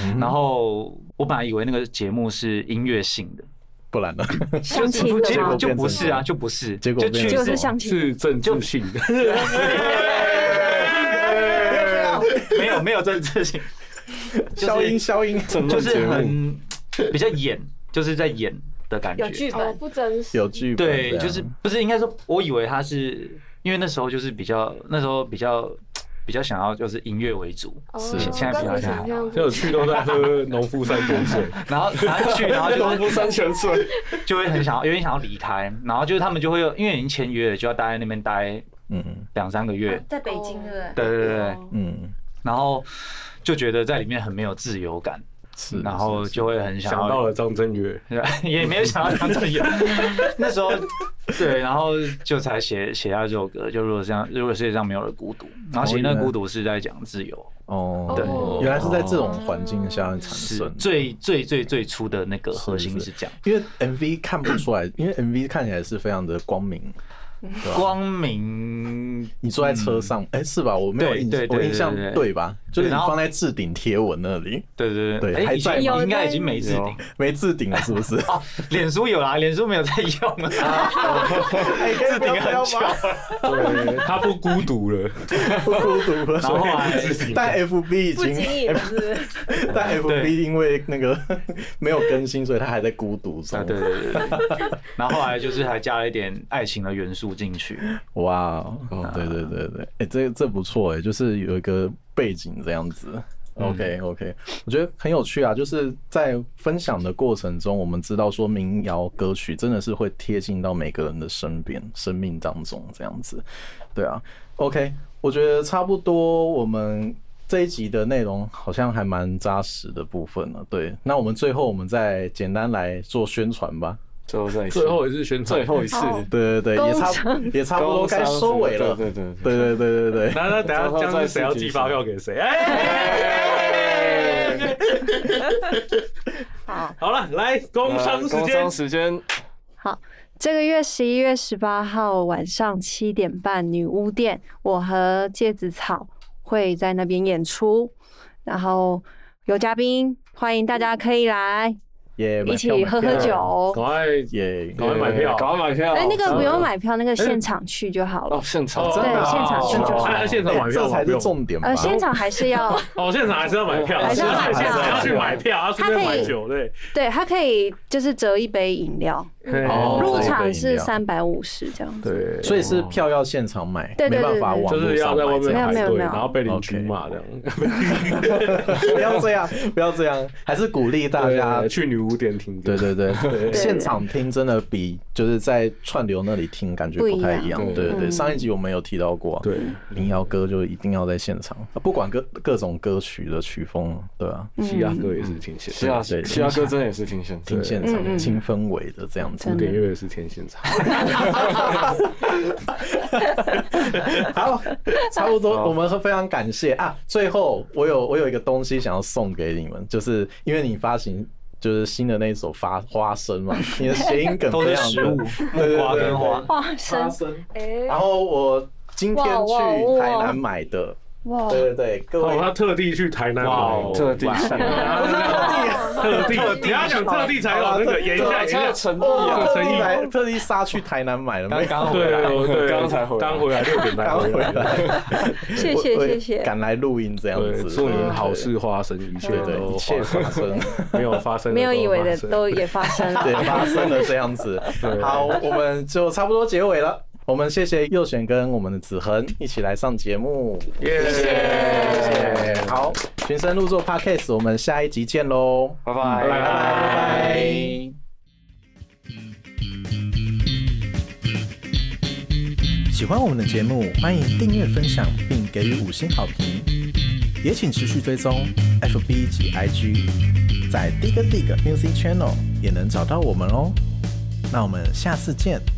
A: 嗯
E: 然后我本来以为那个节目是音乐性的，
A: 不然呢？
F: 相
E: 结
F: 亲
E: 果
F: 的
E: 结
F: 吗
E: 果？就不是啊，就不是，
A: 结果
E: 就
A: 变
E: 去
A: 成
F: 就是相亲，
G: 是政治性的。哎
E: 没有没有政治性， 就是
A: 消音消音，
E: 就是很比较演，就是在演的感觉，
F: 有剧
I: 哦
F: 本，
I: 不真实，
A: 有剧本这
E: 对，
A: 样，
E: 就是不是应该说，我以为他是因为那时候就是比较那时候比较比较想要就是音乐为主，
I: 哦
A: 是
I: 跟
E: 现在比较
F: 啊
I: 我
E: 像
I: 想象不
G: 就去都在喝农夫山泉水，
E: 然后然后
G: 哎
E: 去，然后就
D: 不山泉水，
E: 就会很想要有点想要离开，然后就是他们就会有因为已经签约了，就要待在那边待
A: 嗯
E: 两三个月，
F: 在北
I: 京对不
F: 对？
E: 对对对对，
A: 嗯，
E: 然后就觉得在里面很没有自由感，
A: 是
E: 然后就会很想
G: 想
E: 要
G: 到了张震岳，
E: 也没有想到当这 有。那时候，对，然后就才写写下这首歌，就如果像如果世界上没有了孤独，然后写那个孤独是在讲自由，
A: 哦，
I: 对
A: 原来是在这种环境下产
E: 是
A: 生的。
E: 最最最最初的那个核心
A: 是
E: 是讲
A: 因为 MV 看不出来，因为 MV 看起来是非常的光明。
E: 光明。
A: 你坐在车上，哎，是吧？我没有
E: 嗯对
A: 印
E: 对，对
A: 我印象
E: 对对对
A: 对吧？就是你
E: 然后
A: 放在置顶贴文那里，
E: 对对
A: 对
E: 哎
A: 还
E: 以前
A: 在
F: 吗
E: 应该已经没置顶
A: 没置顶了，是不 是？
E: 哦，脸书有啦，脸书没有在用 啊，
A: 哎
E: 置顶很久了。
G: 对，他不孤独了，
A: 不孤独了。
E: 然后后来
A: 但 FB 已
J: 不经
A: 经，
J: 意的是不是？
A: 但 FB
E: 对
A: 因为那个 没有更新，所以它还在孤独中
E: 啊，。对对对对对，然后后来就是还加了一点爱情的元素进去，
A: 哇
D: 啊
A: 哦，对对对对，哎、这这不错哎、就是有一个背景这样子。OK
D: 嗯
A: OK，我觉得很有趣啊，就是在分享的过程中，我们知道说民谣歌曲真的是会贴近到每个人的身边、生命当中这样子。对啊，OK，我觉得差不多，我们这一集的内容好像还蛮扎实的部分了。对，那我们最后我们再简单来做宣传吧。
D: 最后再一次
G: 最后也是宣传，
D: 最后一次，
A: 对对对，也差也差不多该收尾了。
D: 对对对
A: 对对对对对。
G: 那那等下这样子谁要寄发票给谁？哎，
F: 好，
G: 好了，来啊工商时
D: 工
G: 间
D: 商，时间，
F: 这个月十一月十八号晚上七点半，女巫店，我和芥子草会在那边演出，然后有嘉宾，欢迎大家可以来
A: 耶，
F: 一起喝喝酒。
A: 哦
G: 赶快
A: 耶！
G: 赶快买票
D: 赶快买票。
F: 哎，那
A: 哦
F: 个不用买票，那个现场去就好
D: 哦
F: 了，。
D: 现场哦
F: 真的现场
A: 现场
G: 哎现场买票
A: 这才
G: 不
A: 是
G: 用
A: 重点吧
F: 呃，？现场还 是要
G: 哦，现场还是要买票，
F: 还是要买票
G: 现
F: 啊
G: 场要去买票，要顺便买酒，对，
F: 对，它可以就是折一杯饮料，
A: 哦
F: 嗯入
A: 折一
F: 场
A: 杯饮
F: 是
A: 料
F: 三百五十这样子。
G: 对
A: 所以是票要现场买，
F: 对对
A: 没办法
F: 对对
A: 网
G: 就
A: 络上
G: 是要在外面
A: 买
G: 排
F: 没有没有
G: 队，
F: 没有
G: 然后被邻居骂这样。
A: 不要这样，不要这样，还是鼓励大家
G: 对。去女巫店听歌，
A: 对对对，现场听真的比就是在串流那里听感觉不太一样
D: 不一。样
A: 对对对，
F: 嗯
A: 上一集我们有提到过啊，
G: 对
A: 民谣歌就一定要在现场，啊不管各各种歌曲的曲风，对啊，
G: 西雅歌也是挺现
D: 西亚
A: 对
D: 西亚哥真的也是挺现场
A: 听
D: 的。
A: 现
F: 嗯
A: 场
F: 嗯
A: 听氛围的这样子
F: 真。
G: 古典乐也是听现场。
A: 好，差不多，我们非常感谢啊！最后，我有我有一个东西想要送给你们，就是因为你发行就是新的那一首发花生嘛，你的谐音梗
E: 都是
A: 非常
E: 食物
A: 多，
E: 木瓜
A: 对
E: 跟花
A: 对对对
F: 哇，
A: 花
F: 神
A: 生。
I: 哎
A: 然后我今天
F: 哇哇
A: 去
F: 哇
A: 台南买的，
F: 哇，
A: 对对对，各
G: 哦，
A: 位
G: 他特地去台南买哦，
D: 特地
G: 特地，你要讲特地才
A: 啊
G: 有那个演一下演一下。
D: 诚意
A: 哦
D: 啊，
A: 特
D: 诚
A: 地
D: 意。
A: 来特地杀去台南买的，没
E: 刚
A: 有
E: 刚回来，
G: 对对，
D: 刚才回来
G: 刚回来六点才
A: 赶
G: 回
A: 回
G: 来。
A: 来，
J: 谢谢
A: 我
J: 谢谢。
A: 赶来录音这样
G: 对，
A: 子，
G: 祝您好
A: 对
G: 事哦花生，一切
A: 对对，
G: 都
A: 一切
G: 花
A: 发生。
G: 没有发生，
J: 没有以为的都也发生了。
A: 对，发生了这样子
G: 对。
A: 好，我们就差不多结尾了。我们谢谢右选跟我们的子恒一起来上节目，
G: 耶，谢谢
A: 谢谢。好，寻声入座 Podcast，我们下一集见喽，
D: 拜
A: 拜
D: 拜
A: 拜。喜欢我们的节目，欢迎订阅、分享，并给予五星好评。也请持续追踪 FB 及 IG，在 Dig Dig Music Channel 也能找到我们哦。那我们下次见。